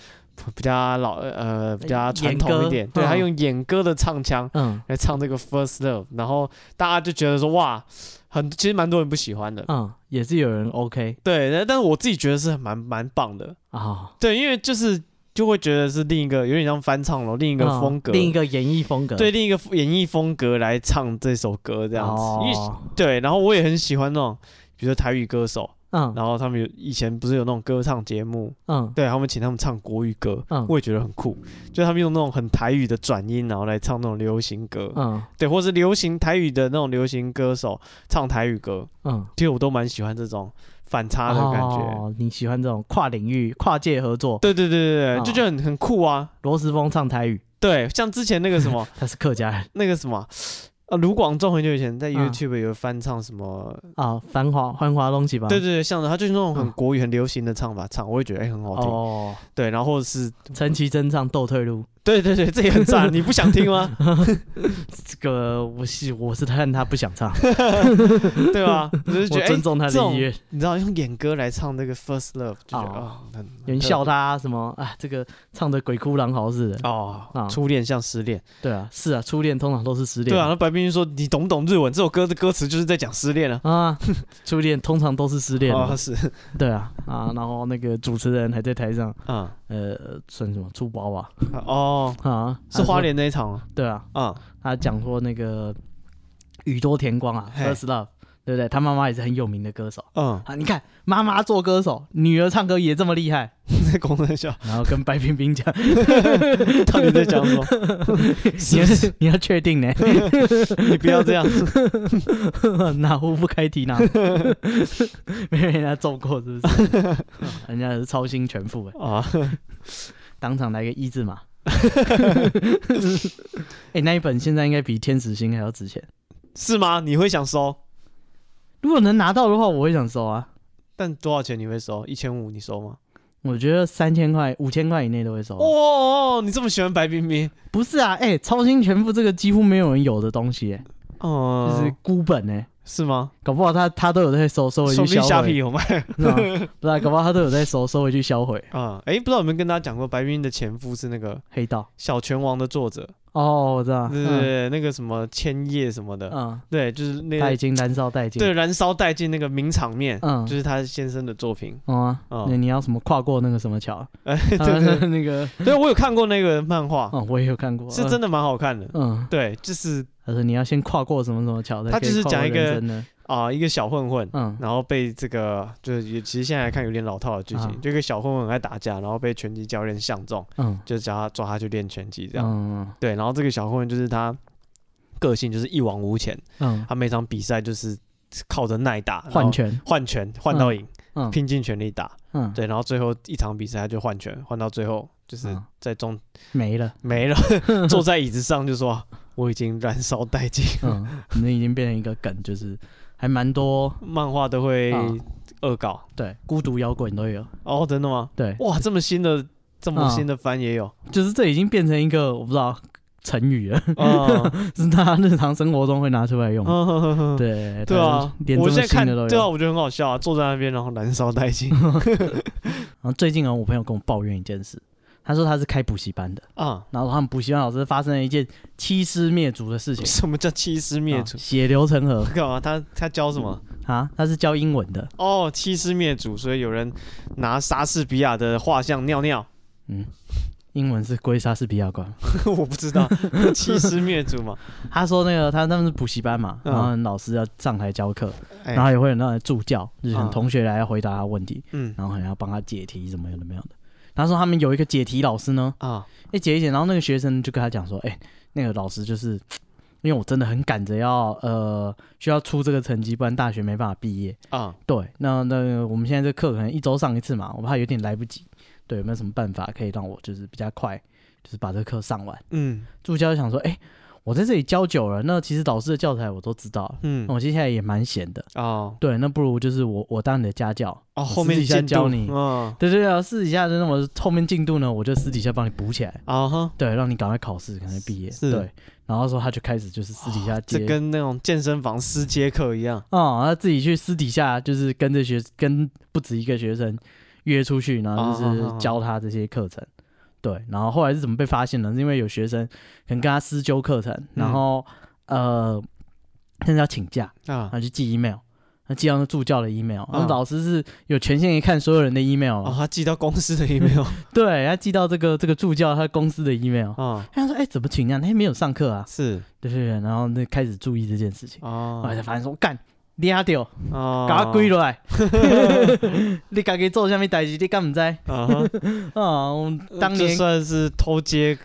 Speaker 1: 比较老呃比较传统一
Speaker 2: 演
Speaker 1: 点，
Speaker 2: 歌
Speaker 1: 对，她
Speaker 2: 嗯
Speaker 1: 用演歌的唱腔
Speaker 2: 嗯
Speaker 1: 来唱这个《First Love》，然后大家就觉得说哇，很其实蛮多人不喜欢的，
Speaker 2: 嗯，也是有人 OK
Speaker 1: 对，但但是我自己觉得是蛮蛮棒的，
Speaker 2: 啊，
Speaker 1: 对，因为就是就会觉得是另一个有点像翻唱咯，另一
Speaker 2: 一
Speaker 1: 个风格，
Speaker 2: 啊另一个演绎风格，
Speaker 1: 对另一个演绎风格来唱这首歌这样子，
Speaker 2: 哦
Speaker 1: 因为对，然后我也很喜欢那种，比如说台语歌手，
Speaker 2: 嗯
Speaker 1: 然后他们有以前不是有那种歌唱节目，
Speaker 2: 嗯
Speaker 1: 对他们请他们唱国语歌，
Speaker 2: 嗯
Speaker 1: 我也觉得很酷，就他们用那种很台语的转音，然后来唱那种流行歌，
Speaker 2: 嗯
Speaker 1: 对，或是流行台语的那种流行歌手唱台语歌，
Speaker 2: 嗯，
Speaker 1: 其实我都蛮喜欢这种反差的感觉。
Speaker 2: 哦，你喜欢这种跨领域、跨界合作？
Speaker 1: 对对对对对，
Speaker 2: 哦
Speaker 1: 就觉得很很酷啊！
Speaker 2: 罗斯峰唱台语，
Speaker 1: 对，像之前那个什么
Speaker 2: 他是客家人
Speaker 1: 那个什么，呃，卢广仲很久以前在
Speaker 2: 嗯
Speaker 1: YouTube 有翻唱什么，
Speaker 2: 啊，繁华繁华东西吧？
Speaker 1: 对对对，像他就是那种很
Speaker 2: 啊嗯
Speaker 1: 国语很流行的唱法唱，我会觉得哎、很好听。
Speaker 2: 哦，
Speaker 1: 对，然后或者是
Speaker 2: 陈绮贞唱《斗退路》，
Speaker 1: 对对对，这也很 赞，你不想听吗？
Speaker 2: 这个我是我是看他不 想唱，
Speaker 1: 对吧？我就
Speaker 2: 我
Speaker 1: 觉得哎、
Speaker 2: 尊重他
Speaker 1: 这
Speaker 2: 的
Speaker 1: 种
Speaker 2: 意愿，
Speaker 1: 你知道用演歌来唱那个 First Love 就觉得
Speaker 2: 哦
Speaker 1: 啊、很
Speaker 2: 有人笑他什么啊？这个唱的鬼哭狼嚎似的。
Speaker 1: 哦
Speaker 2: 啊，
Speaker 1: 初恋像失恋，
Speaker 2: 对啊，是啊，初恋通常都是失恋。
Speaker 1: 对啊。那白冰冰说你懂不懂日文？这首歌的歌词就是在讲失恋啊。
Speaker 2: 啊， 初恋通常都是失恋啊。
Speaker 1: 哦，是
Speaker 2: 对啊，啊，然后那个主持人还在台上，
Speaker 1: 啊、
Speaker 2: 呃，算什么粗包啊？
Speaker 1: 哦，
Speaker 2: 啊，
Speaker 1: 是花
Speaker 2: 他说。
Speaker 1: 莲那一场吗
Speaker 2: 对啊，
Speaker 1: 啊、
Speaker 2: 他讲说那个宇多田光啊
Speaker 1: 嘿
Speaker 2: ，First Love，对不对？他妈妈也是很有名的歌手
Speaker 1: 嗯，
Speaker 2: 啊。你看，妈妈做歌手，女儿唱歌也这么厉害。
Speaker 1: 在公车笑，
Speaker 2: 然后跟白冰冰讲，
Speaker 1: 到底在讲 什么？
Speaker 2: 你
Speaker 1: 是
Speaker 2: 要
Speaker 1: 不是
Speaker 2: 你要确定呢？
Speaker 1: 你不要这样子，
Speaker 2: 哪壶不开提哪壶， 没人家揍过是不是？人家是操心全负哎，
Speaker 1: 啊！
Speaker 2: 当场来个一字马。 哎、那一本现在应该比天使星还要值钱。
Speaker 1: 是吗？你会想收？
Speaker 2: 如果能拿到的话，我会想收啊。
Speaker 1: 但多少钱你会收？一千五你收吗？
Speaker 2: 我觉得三千块、五千块以内都会收啊。
Speaker 1: 哦，你这么喜欢白冰冰，
Speaker 2: 不是啊，哎、超星全部这个几乎没有人有的东西、哎，
Speaker 1: 哦、
Speaker 2: 就是孤本哎、
Speaker 1: 是吗？
Speaker 2: 搞不好他他都有在收，收回
Speaker 1: 说
Speaker 2: 去
Speaker 1: 不定
Speaker 2: 销
Speaker 1: 虾皮
Speaker 2: 毁，
Speaker 1: 有卖
Speaker 2: 是吧不是啊，搞不好他都有在收，收回去销毁。
Speaker 1: 啊？哎、不知道有没有跟大家讲过，白冰冰的前夫是那个《
Speaker 2: 黑道
Speaker 1: 小拳王》的作者，
Speaker 2: 哦，我知道，
Speaker 1: 对对对，那个什么千叶什么的，
Speaker 2: 嗯，
Speaker 1: 对，就是那
Speaker 2: 嗯，
Speaker 1: 个
Speaker 2: 带金燃烧带金，
Speaker 1: 对燃烧殆尽那个名场面，
Speaker 2: 嗯
Speaker 1: 就是他先生的作品。
Speaker 2: 哦啊，
Speaker 1: 哦
Speaker 2: 那你要什么跨过那个什么桥？
Speaker 1: 哎、
Speaker 2: 啊
Speaker 1: 对对对，
Speaker 2: 那个，
Speaker 1: 对我有看过那个漫画，
Speaker 2: 哦，我也有看过，
Speaker 1: 是真的蛮好看的。
Speaker 2: 嗯，嗯，
Speaker 1: 对，就是
Speaker 2: 他说你要先跨过什么什么桥，才
Speaker 1: 他
Speaker 2: 可以
Speaker 1: 就是
Speaker 2: 跨
Speaker 1: 讲
Speaker 2: 过
Speaker 1: 一个
Speaker 2: 人生的，
Speaker 1: 啊、一个小混混，
Speaker 2: 嗯，
Speaker 1: 然后被这个就是也其实现在来看有点老套的剧情，
Speaker 2: 啊
Speaker 1: 就一个小混混很爱打架，然后被拳击教练相中，
Speaker 2: 嗯，
Speaker 1: 就叫他抓他去练拳击这样。
Speaker 2: 嗯
Speaker 1: 对，然后这个小混混就是他个性就是一往无前，
Speaker 2: 嗯，
Speaker 1: 他每场比赛就是靠着耐打然后
Speaker 2: 换拳，
Speaker 1: 换拳换到赢，
Speaker 2: 嗯
Speaker 1: 拼尽全力打。
Speaker 2: 嗯，
Speaker 1: 对，然后最后一场比赛他就换拳，换到最后就是
Speaker 2: 嗯
Speaker 1: 在中、
Speaker 2: 没了，
Speaker 1: 没了， 坐在椅子上就说我已经燃烧殆尽。
Speaker 2: 嗯，那已经变成一个梗，就是还蛮多
Speaker 1: 漫画都会
Speaker 2: 啊
Speaker 1: 恶搞
Speaker 2: 对，孤独摇滚都有。
Speaker 1: 哦，真的吗？
Speaker 2: 对，
Speaker 1: 哇，这么新的这么
Speaker 2: 啊
Speaker 1: 新的番也有。
Speaker 2: 就是这已经变成一个我不知道成语了，
Speaker 1: 嗯
Speaker 2: 是他日常生活中会拿出来用。
Speaker 1: 嗯哼哼哼
Speaker 2: 对
Speaker 1: 对啊
Speaker 2: 他连，这
Speaker 1: 我
Speaker 2: 么
Speaker 1: 现在
Speaker 2: 新
Speaker 1: 看
Speaker 2: 的都有。
Speaker 1: 对啊，我觉得很好笑啊，坐在那边然后燃烧殆 尽
Speaker 2: 然后最近啊，我朋友跟我抱怨一件事，他说他是开补习班的，
Speaker 1: 啊。
Speaker 2: 然后他们补习班老师发生了一件欺师灭祖的事情，
Speaker 1: 什么叫欺师灭祖
Speaker 2: 啊？血流成河
Speaker 1: 干嘛？他他教什么？
Speaker 2: 啊！他是教英文的，
Speaker 1: 哦，欺师灭祖，所以有人拿莎士比亚的画像尿尿，
Speaker 2: 嗯，英文是归莎士比亚管。
Speaker 1: 我不知道，欺师灭祖嘛。
Speaker 2: 他说那个他他们是补习班嘛，
Speaker 1: 嗯
Speaker 2: 然后老师要上台教课，
Speaker 1: 哎
Speaker 2: 然后也会有那种助教，就是
Speaker 1: 嗯
Speaker 2: 同学来要回答他问题，
Speaker 1: 嗯
Speaker 2: 然后还要帮他解题，怎么有的没有的。他说他们有一个解题老师呢，
Speaker 1: 啊
Speaker 2: 哎、解一解，然后那个学生就跟他讲说，哎、那个老师就是因为我真的很赶着要呃需要出这个成绩，不然大学没办法毕业。
Speaker 1: 啊
Speaker 2: 对，那那我们现在这课可能一周上一次嘛，我怕有点来不及。对，有没有什么办法可以让我就是比较快，就是把这课上完。
Speaker 1: 嗯
Speaker 2: 助教就想说，哎、我在这里教久了，那其实老师的教材我都知道了，
Speaker 1: 嗯
Speaker 2: 那我接下来也蛮闲的。
Speaker 1: 哦
Speaker 2: 对，那不如就是我我当你的家教，
Speaker 1: 哦，
Speaker 2: 我
Speaker 1: 后
Speaker 2: 私
Speaker 1: 面
Speaker 2: 底下
Speaker 1: 进度
Speaker 2: 教你。
Speaker 1: 嗯
Speaker 2: 对对对啊，私底下那我后面进度呢，我就私底下帮你补起来，
Speaker 1: 啊哈，
Speaker 2: 对，让你赶快考试，赶快毕业。
Speaker 1: 是
Speaker 2: 对，然后说他就开始就是私底下
Speaker 1: 这
Speaker 2: 接，
Speaker 1: 跟那种健身房私接课一样。
Speaker 2: 哦，他自己去私底下就是跟这学跟不止一个学生约出去，然后就
Speaker 1: 哦哦哦
Speaker 2: 是教他这些课程。对，然后后来是怎么被发现呢？是因为有学生可能跟他私纠课程，
Speaker 1: 嗯
Speaker 2: 然后、呃，甚至要请假，
Speaker 1: 啊
Speaker 2: 然后去寄 email，那寄到那助教的 email，然
Speaker 1: 嗯
Speaker 2: 后老师是有权限一看所有人的 email，、
Speaker 1: 哦，他寄到公司的 email
Speaker 2: 对，他寄到这个这个助教他公司的 email。
Speaker 1: 啊，
Speaker 2: 他说：“哎、怎么请假？那天没有上课啊
Speaker 1: 是？”
Speaker 2: 对对对，然后那开始注意这件事情，后来
Speaker 1: 哦
Speaker 2: 才发现说：“干，抓掉，
Speaker 1: 哦，
Speaker 2: 把他归 落来。你家己做啥物代志，你敢毋知？啊、
Speaker 1: 啊哈， 呃
Speaker 2: 我当
Speaker 1: 这
Speaker 2: 年
Speaker 1: 算是偷接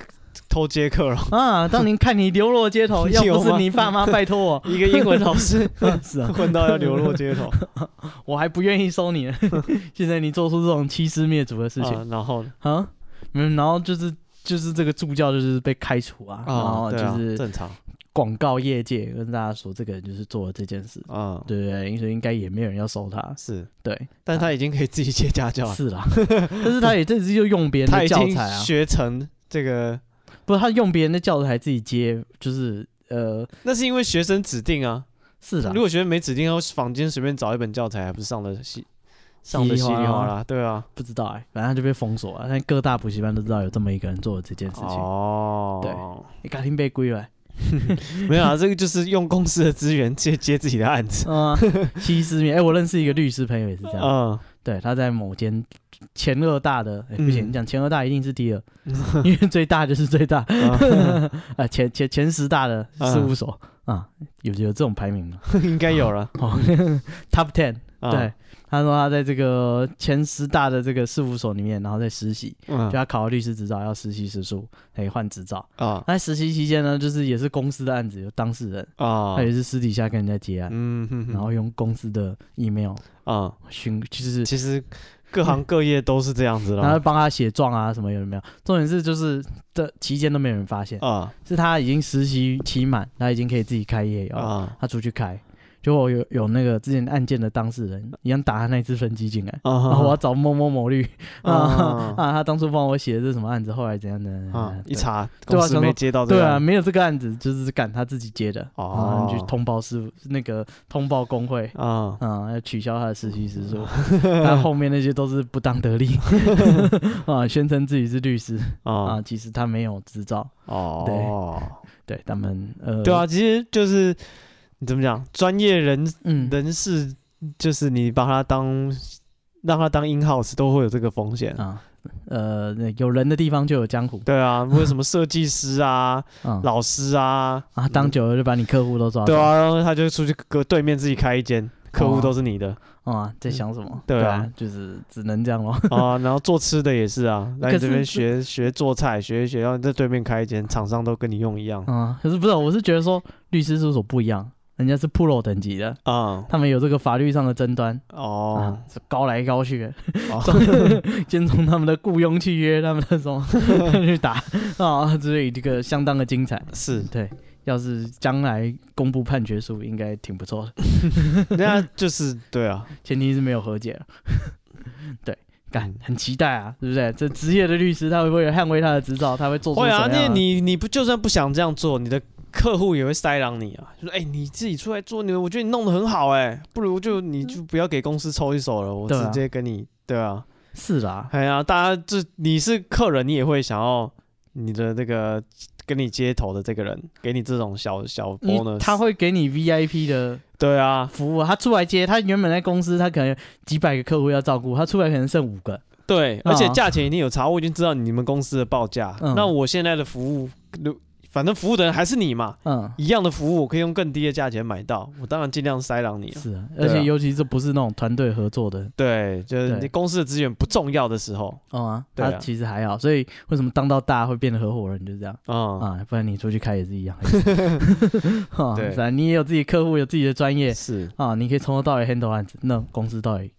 Speaker 1: 偷接课 了。
Speaker 2: 啊，当年看你流落街 头，要
Speaker 1: 有
Speaker 2: 不是
Speaker 1: 吗，
Speaker 2: 你爸妈拜托我
Speaker 1: 一个英文老师
Speaker 2: 是啊，
Speaker 1: 混到要流落街 头，
Speaker 2: 我还不愿意收 你呢。现在你做出这种欺师灭祖的事情
Speaker 1: 啊然后呢？
Speaker 2: 啊，嗯，然后就是就是这个助教就是被开除啊，然
Speaker 1: 啊，
Speaker 2: 后
Speaker 1: 对
Speaker 2: 就
Speaker 1: 啊，
Speaker 2: 是
Speaker 1: 正常
Speaker 2: 广告业界跟大家说，这个人就是做了这件事，
Speaker 1: 啊，
Speaker 2: 对不对？所以应该也没有人要收他，
Speaker 1: 是，
Speaker 2: 对，
Speaker 1: 但他已经可以自己接家教了，
Speaker 2: 是啦， 但是他也这次就用别人
Speaker 1: 啊他
Speaker 2: 的
Speaker 1: 已
Speaker 2: 啊教
Speaker 1: 经
Speaker 2: 材啊，
Speaker 1: 学成这个，
Speaker 2: 不是他用别人的教材自己接，就是呃，
Speaker 1: 那是因为学生指定啊。
Speaker 2: 是的
Speaker 1: 如，果学生没指定，他坊间随便找一本教材，还不是上的稀上的稀里哗啦？对啊，
Speaker 2: 不知道哎、反正他就被封锁了。但各大补习班都知道有这么一个人做了这件事情，
Speaker 1: 哦，
Speaker 2: 你赶紧被归 了，
Speaker 1: 对，没有啊，这个就是用公司的资源接接自己的案子。
Speaker 2: 嗯啊，欺师灭。哎，我认识一个律师朋友也是这样，
Speaker 1: 嗯，
Speaker 2: 对，他在某间前二大的，哎，不行，
Speaker 1: 嗯
Speaker 2: 你讲前二大一定是第 二，因为最大就是最大， 啊，前前前十大的事务所啊，有有这种排名吗
Speaker 1: 应该有了。
Speaker 2: 哦，Top Ten，
Speaker 1: 啊
Speaker 2: 对，，他说他在这个前十大的这个事务所里面，然后在实习。
Speaker 1: 嗯
Speaker 2: 就他考了律师执照，要实习时数，可以换执照。
Speaker 1: 啊
Speaker 2: 他在实习期间呢，就是也是公司的案子，有当事人，
Speaker 1: 啊
Speaker 2: 他，也是私底下跟人家接案，
Speaker 1: 嗯哼
Speaker 2: 然
Speaker 1: 哼
Speaker 2: 后用公司的 email
Speaker 1: 啊，
Speaker 2: 询，就是
Speaker 1: 其实各行各业都是这样子
Speaker 2: 然后
Speaker 1: 了。
Speaker 2: 帮他写状啊什么有没有？重点是就是这期间都没有人发现，
Speaker 1: 啊
Speaker 2: 是他已经实习期满，他已经可以自己开业了，
Speaker 1: 啊
Speaker 2: 他出去开。结果有有那个之前案件的当事人一样打他那只分机进来，
Speaker 1: 啊！
Speaker 2: 然后我要找某某某律啊
Speaker 1: 啊
Speaker 2: 啊，他当初帮我写的是什么案子，后来怎样的？
Speaker 1: 啊
Speaker 2: 嗯，
Speaker 1: 一
Speaker 2: 对
Speaker 1: 查
Speaker 2: 对
Speaker 1: 公
Speaker 2: 啊
Speaker 1: 司
Speaker 2: 想
Speaker 1: 没
Speaker 2: 说
Speaker 1: 接到这
Speaker 2: 对
Speaker 1: 个
Speaker 2: 啊，
Speaker 1: 案子，
Speaker 2: 没有这个案子，就是赶他自己接的，
Speaker 1: 哦
Speaker 2: 然后去通报师傅那个通报工会，
Speaker 1: 啊
Speaker 2: 啊、要取消他的实习 时数，但后面那些都是不当得利，啊，宣称自己是律师啊，
Speaker 1: 啊
Speaker 2: 其实他没有执照，
Speaker 1: 哦，
Speaker 2: 对他们呃，
Speaker 1: 对啊，，其实就是你怎么讲，专业人
Speaker 2: 嗯，
Speaker 1: 人士就是你把他当让他当 in house 都会有这个风险。
Speaker 2: 啊，呃，那有人的地方就有江湖，
Speaker 1: 对啊，为什么设计师啊、
Speaker 2: 啊、
Speaker 1: 老师啊，
Speaker 2: 啊，当久了就把你客户都抓走，
Speaker 1: 对，啊，然后他就出去隔对面自己开一
Speaker 2: 哦
Speaker 1: 间，客户都是你 的
Speaker 2: 啊，在想什么？
Speaker 1: 对啊
Speaker 2: 就是只能这样咯。
Speaker 1: 啊。然后做吃的也是啊，来你
Speaker 2: 可
Speaker 1: 这
Speaker 2: 是
Speaker 1: 边
Speaker 2: 这
Speaker 1: 学学做菜，学一学，然后你在对面开一间，厂商都跟你用一样
Speaker 2: 啊、可是不是，我是觉得说律师事务所不一样，人家是 pro 等级的，
Speaker 1: 啊。
Speaker 2: 他们有这个法律上的争端。
Speaker 1: 哦
Speaker 2: 啊，，是高来高去，
Speaker 1: 哦
Speaker 2: 先从他们的雇佣契约、他们的什 么去打啊，所以这个相当的精彩。
Speaker 1: 是，
Speaker 2: 对，要是将来公布判决书，应该挺不错的，
Speaker 1: 那就是对啊，
Speaker 2: 前提是没有和解了。 对，干
Speaker 1: 嗯
Speaker 2: 很期待啊，对不对？这职业的律师他会不会捍卫他的执照？他会 做出
Speaker 1: 会
Speaker 2: 什
Speaker 1: 啊，
Speaker 2: 么
Speaker 1: 那
Speaker 2: 样的？
Speaker 1: 你你不就算不想这样做，你的客户也会塞狼你啊，就说哎、你自己出来做，你我觉得你弄得很好哎、不如就你就不要给公司抽一手了，我
Speaker 2: 对啊
Speaker 1: 直接跟你对啊，
Speaker 2: 是啦，
Speaker 1: 哎呀、大家这你是客人，你也会想要你的那个跟你接头的这个人给你这种小小
Speaker 2: 你
Speaker 1: bonus，
Speaker 2: 他会给你 VIP 的
Speaker 1: 对啊，
Speaker 2: 服务，他出来接，他原本在公司，他可能有几百个客户要照顾，他出来可能剩五个，
Speaker 1: 对，而且
Speaker 2: 啊
Speaker 1: 价钱一定有差，我已经知道你们公司的报价，
Speaker 2: 嗯
Speaker 1: 那我现在的服务，反正服务的人还是你嘛。
Speaker 2: 嗯，
Speaker 1: 一样的服务，我可以用更低的价钱买到，我当然尽量塞狼你了。
Speaker 2: 是啊，
Speaker 1: 对
Speaker 2: 而
Speaker 1: 啊
Speaker 2: 且尤其这不是那种团队合作的，
Speaker 1: 对，就是
Speaker 2: 对
Speaker 1: 你公司的资源不重要的时候，
Speaker 2: 哦啊，
Speaker 1: 对啊
Speaker 2: 他其实还好，所以为什么当到大会变得合伙人就是这样
Speaker 1: 啊、
Speaker 2: 啊？不然你出去开也是 一样，啊
Speaker 1: 对
Speaker 2: 反正你也有自己客户，有自己的专业
Speaker 1: 是
Speaker 2: 啊，你可以从头到尾 handle 案子，那公司到底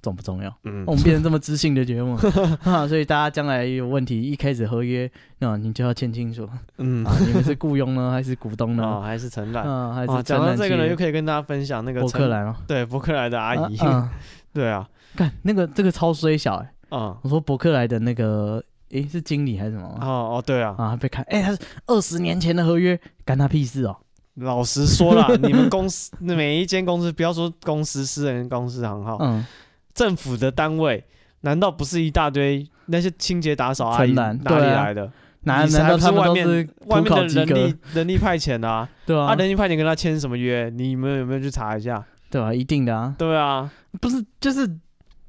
Speaker 2: 重不重要？
Speaker 1: 嗯
Speaker 2: 我，们变成这么知性的节 目啊，所以大家将来有问题，一开始合约，那、你就要签清楚啊，
Speaker 1: 嗯，
Speaker 2: 你们是雇佣 呢，还是股东
Speaker 1: 哦，
Speaker 2: 呢？
Speaker 1: 还是承揽。
Speaker 2: 啊，还
Speaker 1: 哦，
Speaker 2: 是
Speaker 1: 讲到这个呢，又
Speaker 2: 以
Speaker 1: 可以跟大家分享那个
Speaker 2: 伯
Speaker 1: 陈
Speaker 2: 克兰啊，
Speaker 1: 对伯克莱的阿姨，
Speaker 2: 啊啊
Speaker 1: 对啊，
Speaker 2: 干、那个这个超衰小哎、
Speaker 1: 嗯，
Speaker 2: 我说伯克莱的那个，诶、是经理还是什么吗？
Speaker 1: 哦哦，对啊，
Speaker 2: 啊，被看，哎、他是二十年前的合约，干他屁事哦。
Speaker 1: 老实说 啦，你们公司每一间公司，不要说公司、私人公司行号，
Speaker 2: 嗯，
Speaker 1: 政府的单位，难道不是一大堆那些清洁打扫阿姨
Speaker 2: 承
Speaker 1: 哪
Speaker 2: 揽
Speaker 1: 里
Speaker 2: 对啊
Speaker 1: 来的？
Speaker 2: 难
Speaker 1: 你才
Speaker 2: 难道
Speaker 1: 不
Speaker 2: 他
Speaker 1: 是
Speaker 2: 们
Speaker 1: 外
Speaker 2: 都
Speaker 1: 面
Speaker 2: 是
Speaker 1: 外面
Speaker 2: 土考
Speaker 1: 的
Speaker 2: 及
Speaker 1: 人
Speaker 2: 格
Speaker 1: 力？人力派遣啊，
Speaker 2: 对
Speaker 1: 啊，
Speaker 2: 啊，
Speaker 1: 人力派遣跟他签什么约？你们有没有去查一下？
Speaker 2: 对啊，一定的啊，
Speaker 1: 对啊，
Speaker 2: 不是就是。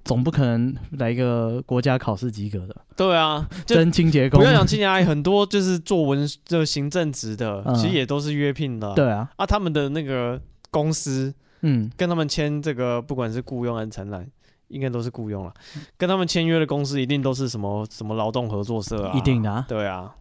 Speaker 2: 总不可能来一个国家考试及格的
Speaker 1: 对啊，就
Speaker 2: 真清洁工
Speaker 1: 不要，讲清洁阿姨，很多就是做文就行政职的，
Speaker 2: 嗯
Speaker 1: 其实也都是约聘的啊。
Speaker 2: 对啊，
Speaker 1: 啊，他们的那个公司
Speaker 2: 嗯，
Speaker 1: 跟他们签这个，不管是雇佣还是承揽，应该都是雇佣了。跟他们签约的公司一定都是什么什么劳动合作社啊，
Speaker 2: 一定的啊
Speaker 1: 对啊，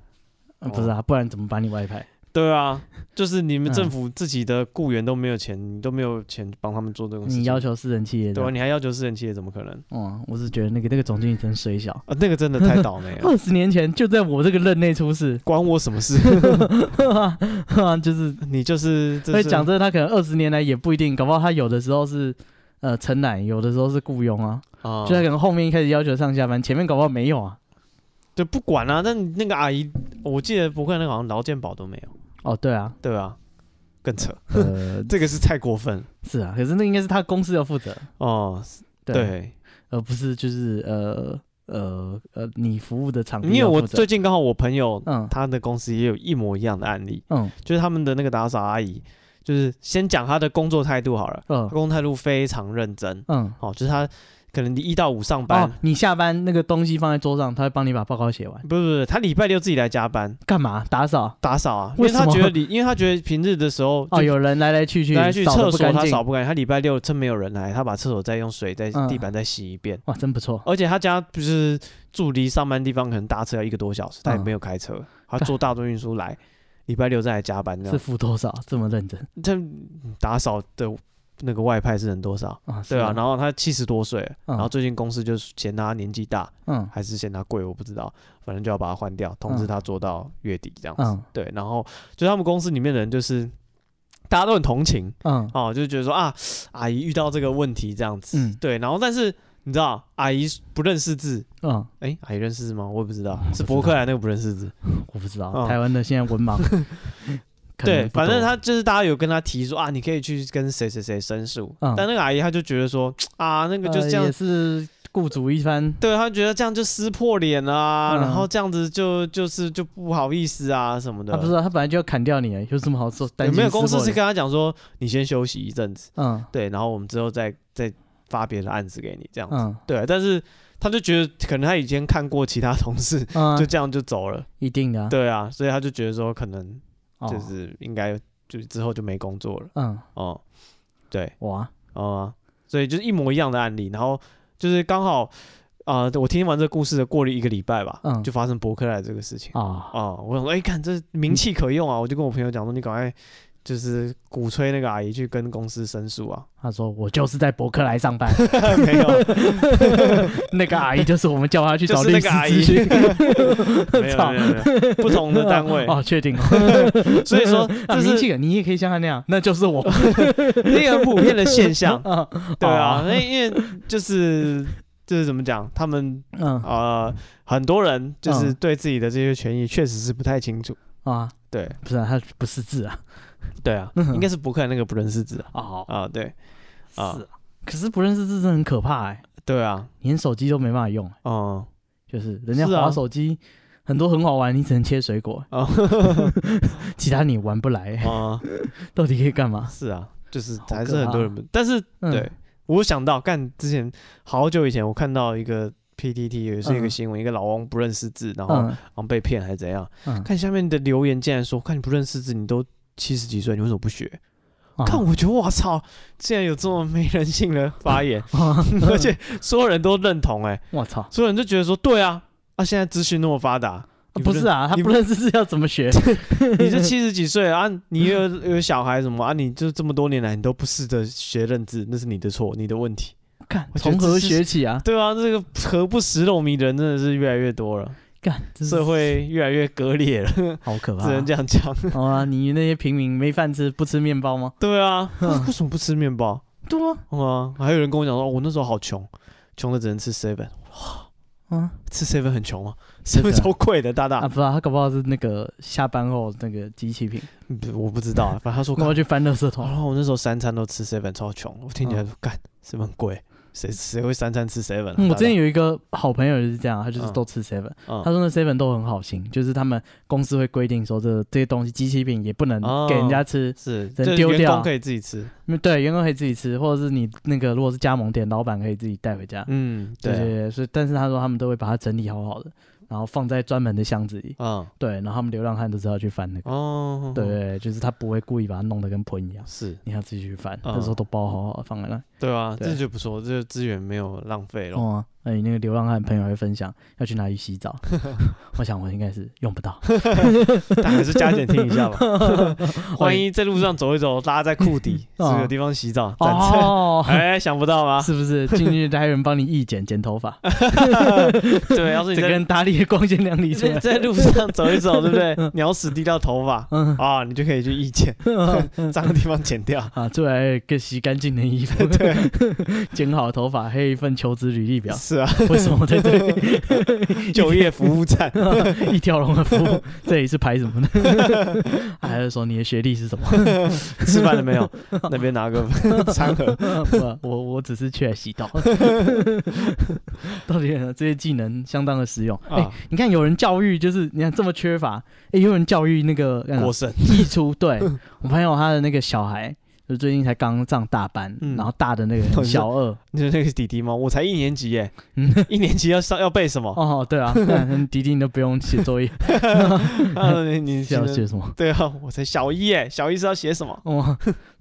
Speaker 2: 啊不是啊，不然怎么把你外派？
Speaker 1: 对啊，就是你们
Speaker 2: 嗯
Speaker 1: 政府自己的雇员都没有钱，你都没有钱帮他们做这种事情，
Speaker 2: 你要求私人企业
Speaker 1: 对
Speaker 2: 的
Speaker 1: 啊，，你还要求私人企业，怎么可能？
Speaker 2: 嗯，我是觉得那个那个总经理真水小，
Speaker 1: 啊，那个真的太倒霉 了，
Speaker 2: 二十年前就在我这个任内出事，
Speaker 1: 关我什么事？
Speaker 2: 就是
Speaker 1: 你就是，这
Speaker 2: 所以
Speaker 1: 是
Speaker 2: 讲真的，他可能二十年来也不一定，搞不好他有的时候是呃承揽，有的时候是雇佣啊，
Speaker 1: 啊
Speaker 2: 就他可能后面开始要求上下班，前面搞不好没有啊。
Speaker 1: 就不管啊。但那个阿姨，我记得不会，那个好像劳健保都没有，
Speaker 2: 哦，对啊，
Speaker 1: 对啊，更扯，
Speaker 2: 呃，
Speaker 1: 这个是太过分
Speaker 2: 是啊，可是那应该是他公司要负责，
Speaker 1: 哦。
Speaker 2: 对，
Speaker 1: 对，
Speaker 2: 而不是就是呃呃呃你服务的场地
Speaker 1: 因为
Speaker 2: 要
Speaker 1: 我
Speaker 2: 负责
Speaker 1: 最近刚好我朋友
Speaker 2: 嗯
Speaker 1: 他的公司也有一模一样的案例，
Speaker 2: 嗯
Speaker 1: 就是他们的那个打扫阿姨，就是先讲她的工作态度好了，她
Speaker 2: 嗯
Speaker 1: 工作态度非常认真，
Speaker 2: 嗯。
Speaker 1: 哦，就是她可能一到五上班
Speaker 2: 哦，，你下班那个东西放在桌上，他会帮你把报告写完。
Speaker 1: 不是不是，她礼拜六自己来加班
Speaker 2: 干嘛？打扫？
Speaker 1: 打扫啊，因
Speaker 2: 为
Speaker 1: 为她
Speaker 2: 什么
Speaker 1: 觉得礼，因为她觉得平日的时候
Speaker 2: 哦，
Speaker 1: 就
Speaker 2: 有人来来去去，
Speaker 1: 来去
Speaker 2: 扫
Speaker 1: 厕
Speaker 2: 得不
Speaker 1: 所
Speaker 2: 干
Speaker 1: 她
Speaker 2: 净
Speaker 1: 扫不干净，她礼拜六趁没有人来，她把厕所再用水再
Speaker 2: 嗯
Speaker 1: 地板再洗一遍。
Speaker 2: 哇，真不错。
Speaker 1: 而且她家不是住离上班地方可能搭车要一个多小时，她也
Speaker 2: 嗯
Speaker 1: 没有开 车，她坐大众运输来，礼拜六再来加班这
Speaker 2: 是
Speaker 1: 样。
Speaker 2: 付多少？这么认真
Speaker 1: 这打扫的那个外派是人多少？
Speaker 2: 啊？
Speaker 1: 对啊，然
Speaker 2: 后
Speaker 1: 后他七十多岁了，
Speaker 2: 嗯
Speaker 1: 然后最近公司就是嫌他年纪大，
Speaker 2: 嗯
Speaker 1: 还是嫌他贵，我不知道，反正就要把他换掉，通知他做到月底这样子。
Speaker 2: 嗯
Speaker 1: 对，然后就他们公司里面的人就是大家都很同情
Speaker 2: 嗯
Speaker 1: 哦，就觉得说啊，阿姨遇到这个问题这样子，
Speaker 2: 嗯
Speaker 1: 对，然后但是你知道阿姨不认识字，
Speaker 2: 嗯，
Speaker 1: 哎、阿姨认识字吗？我也不知道，是
Speaker 2: 不知
Speaker 1: 伯克莱那个不认识字，
Speaker 2: 我不知道，
Speaker 1: 嗯
Speaker 2: 台湾的现在 文盲嗯可能
Speaker 1: 对，
Speaker 2: 不多，
Speaker 1: 反正他就是大家有跟他提说啊，你可以去跟谁谁谁申诉，
Speaker 2: 嗯
Speaker 1: 但那个阿姨她就觉得说啊，那个
Speaker 2: 呃
Speaker 1: 就是这样
Speaker 2: 也是雇主一番。
Speaker 1: 对他觉得这样就撕破脸啊，
Speaker 2: 嗯
Speaker 1: 然后这样子就就是就不好意思啊什么的。
Speaker 2: 他不是啊，他本来就要砍掉你，有什么好说？担
Speaker 1: 有
Speaker 2: 心
Speaker 1: 没有公司
Speaker 2: 撕
Speaker 1: 是
Speaker 2: 破
Speaker 1: 跟他讲说，你先休息一阵子，
Speaker 2: 脸嗯
Speaker 1: 对，然后我们之后再再发别的案子给你这样子。
Speaker 2: 嗯
Speaker 1: 对，但是他就觉得可能他以前看过其他同事
Speaker 2: 嗯啊
Speaker 1: 就，这样就走了，
Speaker 2: 一定的啊，
Speaker 1: 对啊，所以他就觉得说可能
Speaker 2: 哦
Speaker 1: 就是应该就之后就没工作了
Speaker 2: 嗯
Speaker 1: 哦、对，
Speaker 2: 哇，
Speaker 1: 哦、所以就是一模一样的案例，然后就是刚好啊、呃我听完这故事的过了一个礼拜吧，
Speaker 2: 嗯
Speaker 1: 就发生伯克莱这个事情。
Speaker 2: 啊
Speaker 1: 哦，我想说，哎、看这名气可用啊！我就跟我朋友讲说，你赶快就是鼓吹那个阿姨去跟公司申诉 啊。
Speaker 2: 他说我就是在伯克莱 上班，
Speaker 1: 没有，
Speaker 2: 那个阿姨就是我们叫他去
Speaker 1: 就
Speaker 2: 找
Speaker 1: 是
Speaker 2: 律
Speaker 1: 那
Speaker 2: 师
Speaker 1: 个阿姨
Speaker 2: 咨，询。
Speaker 1: 没有
Speaker 2: 操
Speaker 1: 没有没有，不同的单位，
Speaker 2: 哦，确定哦，
Speaker 1: 所以说
Speaker 2: 啊
Speaker 1: 这
Speaker 2: 名
Speaker 1: 是
Speaker 2: 气，你也可以像他那样，那就是 我。。
Speaker 1: 一个很普遍的现象
Speaker 2: 嗯
Speaker 1: 对啊，
Speaker 2: 哦
Speaker 1: 那因为就是就是怎么讲，他们
Speaker 2: 嗯
Speaker 1: 啊很多人就是
Speaker 2: 嗯
Speaker 1: 对自己的这些权益确实是不太清楚。
Speaker 2: 啊，
Speaker 1: 对
Speaker 2: 不是啊，他不识字啊。
Speaker 1: 对啊，应该是不看那个不认识字啊。
Speaker 2: 哦，
Speaker 1: 啊，对
Speaker 2: 是
Speaker 1: 啊
Speaker 2: 啊。可是不认识字真的很可怕哎，
Speaker 1: 对啊，
Speaker 2: 连手机都没办法用，
Speaker 1: 哦、
Speaker 2: 就是人家
Speaker 1: 是啊
Speaker 2: 滑手机很多很好玩，你只能切水果，
Speaker 1: 哦
Speaker 2: 其他你玩不来，
Speaker 1: 哦、
Speaker 2: 到底可以干嘛？
Speaker 1: 是啊，就是
Speaker 2: 好
Speaker 1: 还是
Speaker 2: 可
Speaker 1: 很多
Speaker 2: 怕
Speaker 1: 人不，但是
Speaker 2: 嗯
Speaker 1: 对，我想到干之前好久以前，我看到一个 PTT 也是一个
Speaker 2: 嗯
Speaker 1: 新闻，一个老翁不认识字，然后好
Speaker 2: 嗯
Speaker 1: 像被骗还是怎样。
Speaker 2: 嗯，
Speaker 1: 哦看下面的留言，竟然说：“看你不认识字，你都七十几岁，你为什么不学？”
Speaker 2: 啊，
Speaker 1: 看，我觉得我操，竟然有这么没人性的发言
Speaker 2: 啊
Speaker 1: 而且所有人都认同、哎，
Speaker 2: 我操，
Speaker 1: 所有人就觉得说：“对啊，啊，现在资讯那么发达，你
Speaker 2: 不是啊，他
Speaker 1: 你
Speaker 2: 不认识字要怎 么学？
Speaker 1: 你这七十几岁啊，你有有小孩什么啊？你就这么多年来，你都不试着学认字，那是你的错，你的问题。
Speaker 2: 看
Speaker 1: 我觉得
Speaker 2: 从何
Speaker 1: 这是
Speaker 2: 学起啊？
Speaker 1: 对啊，这个何不食肉糜的人真的是越来越多了，
Speaker 2: 干，这是
Speaker 1: 社会越来越割裂了，只
Speaker 2: 好可怕、
Speaker 1: 能 这样讲。
Speaker 2: 好啊，你那些平民没饭吃，不吃面包吗？
Speaker 1: 对啊，为什么不吃面包？
Speaker 2: 对啊，
Speaker 1: 啊，还有人跟我讲说，哦我那时候好穷，穷的只能吃 seven，
Speaker 2: 啊
Speaker 1: 吃 seven 很穷啊
Speaker 2: 真
Speaker 1: ，seven
Speaker 2: 的
Speaker 1: 超贵的，大
Speaker 2: 啊，
Speaker 1: 大
Speaker 2: 不，知道他搞不好是那个下班后那个机器品，
Speaker 1: 嗯不我不知道啊，反正他说
Speaker 2: 我要去翻垃圾
Speaker 1: 然
Speaker 2: 桶。
Speaker 1: 后我那时候三餐都吃 seven，超穷。我听起来说，干什么很贵？谁谁会三餐吃 seven？、啊、
Speaker 2: 嗯嗯我
Speaker 1: 大
Speaker 2: 之前
Speaker 1: 家
Speaker 2: 有一个好朋友也是这样，他就是都吃 seven，、
Speaker 1: 嗯
Speaker 2: 他说那 seven 都很好心，就是他们公司会规定说这这些东西机器品也不能
Speaker 1: 哦
Speaker 2: 给人家吃，
Speaker 1: 是，就
Speaker 2: 只能
Speaker 1: 是
Speaker 2: 丢
Speaker 1: 员
Speaker 2: 掉
Speaker 1: 工可以自己吃。
Speaker 2: 嗯对，员工可以自己吃，或者是你那个如果是加盟店，老板可以自己带回家。
Speaker 1: 嗯，
Speaker 2: 对对
Speaker 1: 对，
Speaker 2: 对，所以但是他说他们都会把它整理好好的，然后放在专门的箱子里。
Speaker 1: 嗯，
Speaker 2: 对，然后他们流浪汉都知道去翻那个。
Speaker 1: 哦，
Speaker 2: 对，对对，就是他不会故意把它弄得跟盆一样，
Speaker 1: 是，
Speaker 2: 你要自己去翻，
Speaker 1: 嗯
Speaker 2: 那时候都包好好的放在那。
Speaker 1: 对啊，
Speaker 2: 对
Speaker 1: 这就不错，这就资源没有浪费了。
Speaker 2: 哦、啊，那你那个流浪汉朋友会分享要去哪里 洗澡，我想我应该是用不到。
Speaker 1: 但还是加减听一下吧， 万一在路上走一走，拉在裤底，是
Speaker 2: 嗯
Speaker 1: 有地方洗澡，暂 时。
Speaker 2: 哦，
Speaker 1: 哎，想不到吧？
Speaker 2: 是不是进去还有人帮你义剪剪头发，
Speaker 1: 对，要是你
Speaker 2: 整个
Speaker 1: 在
Speaker 2: 人打理的光鲜亮丽
Speaker 1: 你
Speaker 2: 出
Speaker 1: 在
Speaker 2: 来？
Speaker 1: 在路 上走一走，对不对？鸟屎滴到头发
Speaker 2: 嗯
Speaker 1: 啊，你就可以去意见， 脏的地方剪掉。
Speaker 2: 啊，出来个洗干净的衣服， 剪好头发，还有一份求职履历表。
Speaker 1: 是啊，
Speaker 2: 为什么我在这 里
Speaker 1: 就业服务站。
Speaker 2: 嗯一条龙的服务？这里是排什么呢？ 还是说你的学历是什么？
Speaker 1: 吃饭了没有？
Speaker 2: 嗯
Speaker 1: 那边拿个餐盒。
Speaker 2: 不我我只是去来洗澡。 到底呢这些技能相当的实用。哎、
Speaker 1: 啊
Speaker 2: 你看有人教育就是你看这么缺乏，哎、有人教育那个那
Speaker 1: 过
Speaker 2: 个
Speaker 1: 剩，
Speaker 2: 溢出。 对我朋友他的那个小孩，就最近才刚上大班，
Speaker 1: 嗯
Speaker 2: 然后大的那个人小二。
Speaker 1: 你说那个弟弟吗？我才一年级耶
Speaker 2: 嗯，
Speaker 1: 一年级要上要背什么？
Speaker 2: 哦，对啊，那迪迪你都不用写作业，
Speaker 1: 啊，你 你
Speaker 2: 是要 写什么？
Speaker 1: 对啊，我才小一耶，小一是要写什么
Speaker 2: 哇，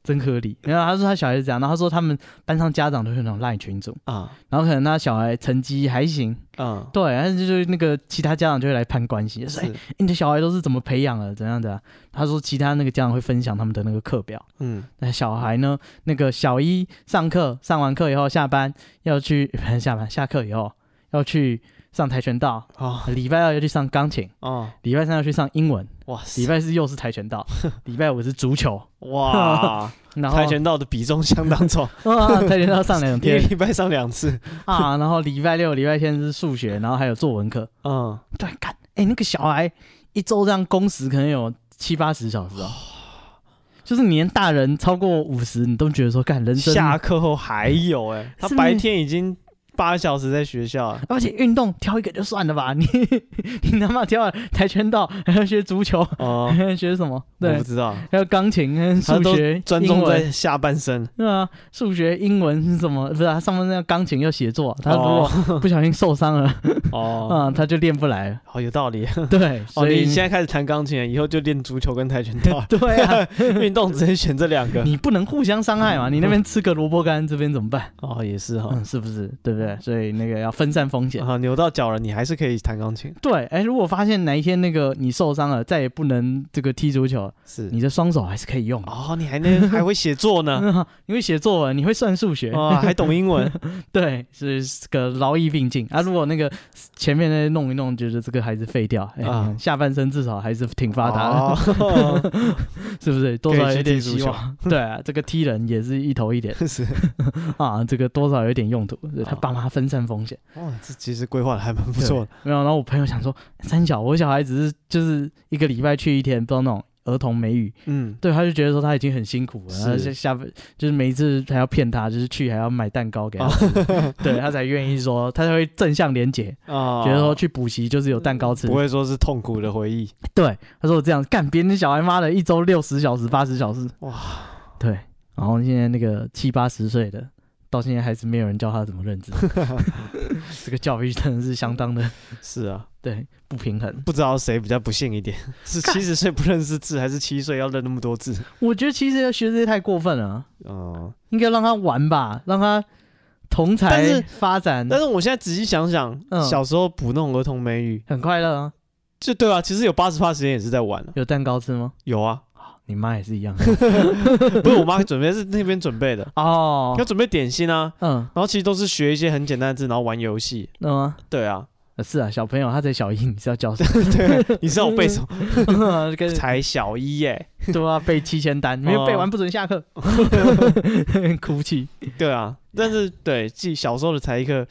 Speaker 2: 真合理。然后他说他小孩是这样，然后他说他们班上家长都是那种赖群组，
Speaker 1: 啊？
Speaker 2: 然后可能他小孩成绩还行，
Speaker 1: 嗯，
Speaker 2: 对，但是就是那个其他家长就会来攀关系，就是哎、
Speaker 1: 是，
Speaker 2: 你的小孩都是怎么培养的，怎样的啊、他说其他那个家长会分享他们的那个课表。
Speaker 1: 嗯，
Speaker 2: 那小孩呢？那个小一上课，上完课以后下班要去，不是下班下课以后要去上跆拳道，
Speaker 1: 啊
Speaker 2: 礼拜二要去上钢琴，
Speaker 1: 啊，
Speaker 2: 礼拜三要去上英 文，
Speaker 1: 哇
Speaker 2: 礼
Speaker 1: 塞，
Speaker 2: 拜四又是跆拳道，礼拜五是足 球，
Speaker 1: 哇，
Speaker 2: 然后
Speaker 1: 跆拳道的比重相当 重，
Speaker 2: 啊跆拳道上两
Speaker 1: 一个
Speaker 2: 天
Speaker 1: 礼拜上两次。
Speaker 2: 啊，然后礼拜六、礼拜天是数学，然后还有作文课。
Speaker 1: 嗯，
Speaker 2: 对，干，哎、那个小孩一周这样工时可能有七八十小时 哦，就是你连大人超过五十，你都觉得说干人生
Speaker 1: 下课后还有哎， 他
Speaker 2: 是不是
Speaker 1: 白天已经八小时在学校了，
Speaker 2: 而且运动挑一个就算了吧， 你你他妈挑跆拳道， 还要学足球，
Speaker 1: 哦
Speaker 2: 还，要学什么？
Speaker 1: 我
Speaker 2: 对
Speaker 1: 不，知道，
Speaker 2: 还有钢琴、还有
Speaker 1: 他
Speaker 2: 数
Speaker 1: 都
Speaker 2: 学、
Speaker 1: 专
Speaker 2: 英
Speaker 1: 注
Speaker 2: 文。
Speaker 1: 在下半身。
Speaker 2: 对啊，数学、英文 是什么？不是、啊，上面那个钢琴要写作，他如果
Speaker 1: 哦
Speaker 2: 不小心受伤了，
Speaker 1: 哦，
Speaker 2: 啊、他就练 不来了。
Speaker 1: 好有道理。
Speaker 2: 对，
Speaker 1: 哦，
Speaker 2: 所以，
Speaker 1: 你现在开始弹钢琴了，以后就练足球跟跆拳道
Speaker 2: 对 啊，
Speaker 1: 运动只能选这两个。
Speaker 2: 你不能互相伤害嘛。你那边吃个萝卜干，这边怎么办？
Speaker 1: 嗯哦，也是哈。
Speaker 2: 嗯，是不是？对不对？所以那个要分散风险。
Speaker 1: 啊，扭到脚了，你还是可以弹钢琴。
Speaker 2: 对，哎，如果发现哪一天那个你受伤了，再也不能这个踢足球，
Speaker 1: 是
Speaker 2: 你的双手还是可以用的。
Speaker 1: 哦，你还 能还会写作 呢，
Speaker 2: 嗯，你会写作文，你会算数学，
Speaker 1: 哦，还懂英 文。
Speaker 2: 对，是这个劳逸并进啊。如果那个前面那些弄一弄，觉得这个孩子废掉，哎、
Speaker 1: 啊
Speaker 2: 下半身至少还是挺发达的，
Speaker 1: 哦，
Speaker 2: 是不是？多少有点
Speaker 1: 可以去踢
Speaker 2: 希
Speaker 1: 足
Speaker 2: 望。对啊，这个踢人也是一头 一点
Speaker 1: 是
Speaker 2: 啊，这个多少有点用途，所以他
Speaker 1: 哦
Speaker 2: 爸妈分散风险。
Speaker 1: 哇，哦这其实规划的还蛮不错的。
Speaker 2: 没有，然后我朋友想说，三小，我小孩只是就是一个礼拜去一天，不知道那种。儿童美语，
Speaker 1: 嗯，
Speaker 2: 对，他就觉得说他已经很辛苦了，
Speaker 1: 是
Speaker 2: 然后就下就是每一次还要骗他，就是去还要买蛋糕给他吃，对他才愿意说，他才会正向连结，
Speaker 1: 啊
Speaker 2: 觉得说去补习就是有蛋糕吃
Speaker 1: 不。会说是痛苦的回忆。
Speaker 2: 对，他说我这样干，别人小孩妈的一周六十小时、八十小时，
Speaker 1: 哇，
Speaker 2: 对。然后现在那个七八十岁的，到现在还是没有人教他怎么认 字，这个教育真的是相当的
Speaker 1: 是啊，
Speaker 2: 对不平衡。
Speaker 1: 不知道谁比较不幸一点， 是七十岁不认识字，还是七岁要认那么多字？
Speaker 2: 我觉得其实学这些太过分了啊，
Speaker 1: 嗯，
Speaker 2: 应该让他玩吧，让他同
Speaker 1: 但
Speaker 2: 才
Speaker 1: 是
Speaker 2: 发展，
Speaker 1: 但是我现在仔细想想，
Speaker 2: 嗯
Speaker 1: 小时候补那种儿童美语，
Speaker 2: 很快乐啊。
Speaker 1: 就对啊，其实有八十趴时间也是在玩啊
Speaker 2: 有蛋糕吃吗？
Speaker 1: 有啊，
Speaker 2: 你妈也是一样
Speaker 1: 不是我妈准备是那边准备的，
Speaker 2: 哦
Speaker 1: 要。准备点心啊，
Speaker 2: 嗯，
Speaker 1: 然后其实都是学一些很简单的字，然后玩游戏。
Speaker 2: 那么
Speaker 1: 对啊，
Speaker 2: 呃是啊，小朋友他才小一，你是要教什
Speaker 1: 你知道我背 什么？
Speaker 2: 么？ 就跟
Speaker 1: 才小一耶、
Speaker 2: 对啊，背七千单，没有
Speaker 1: 哦
Speaker 2: 背完不准下 课，哭泣。
Speaker 1: 对啊，但是对记小时候的才艺课，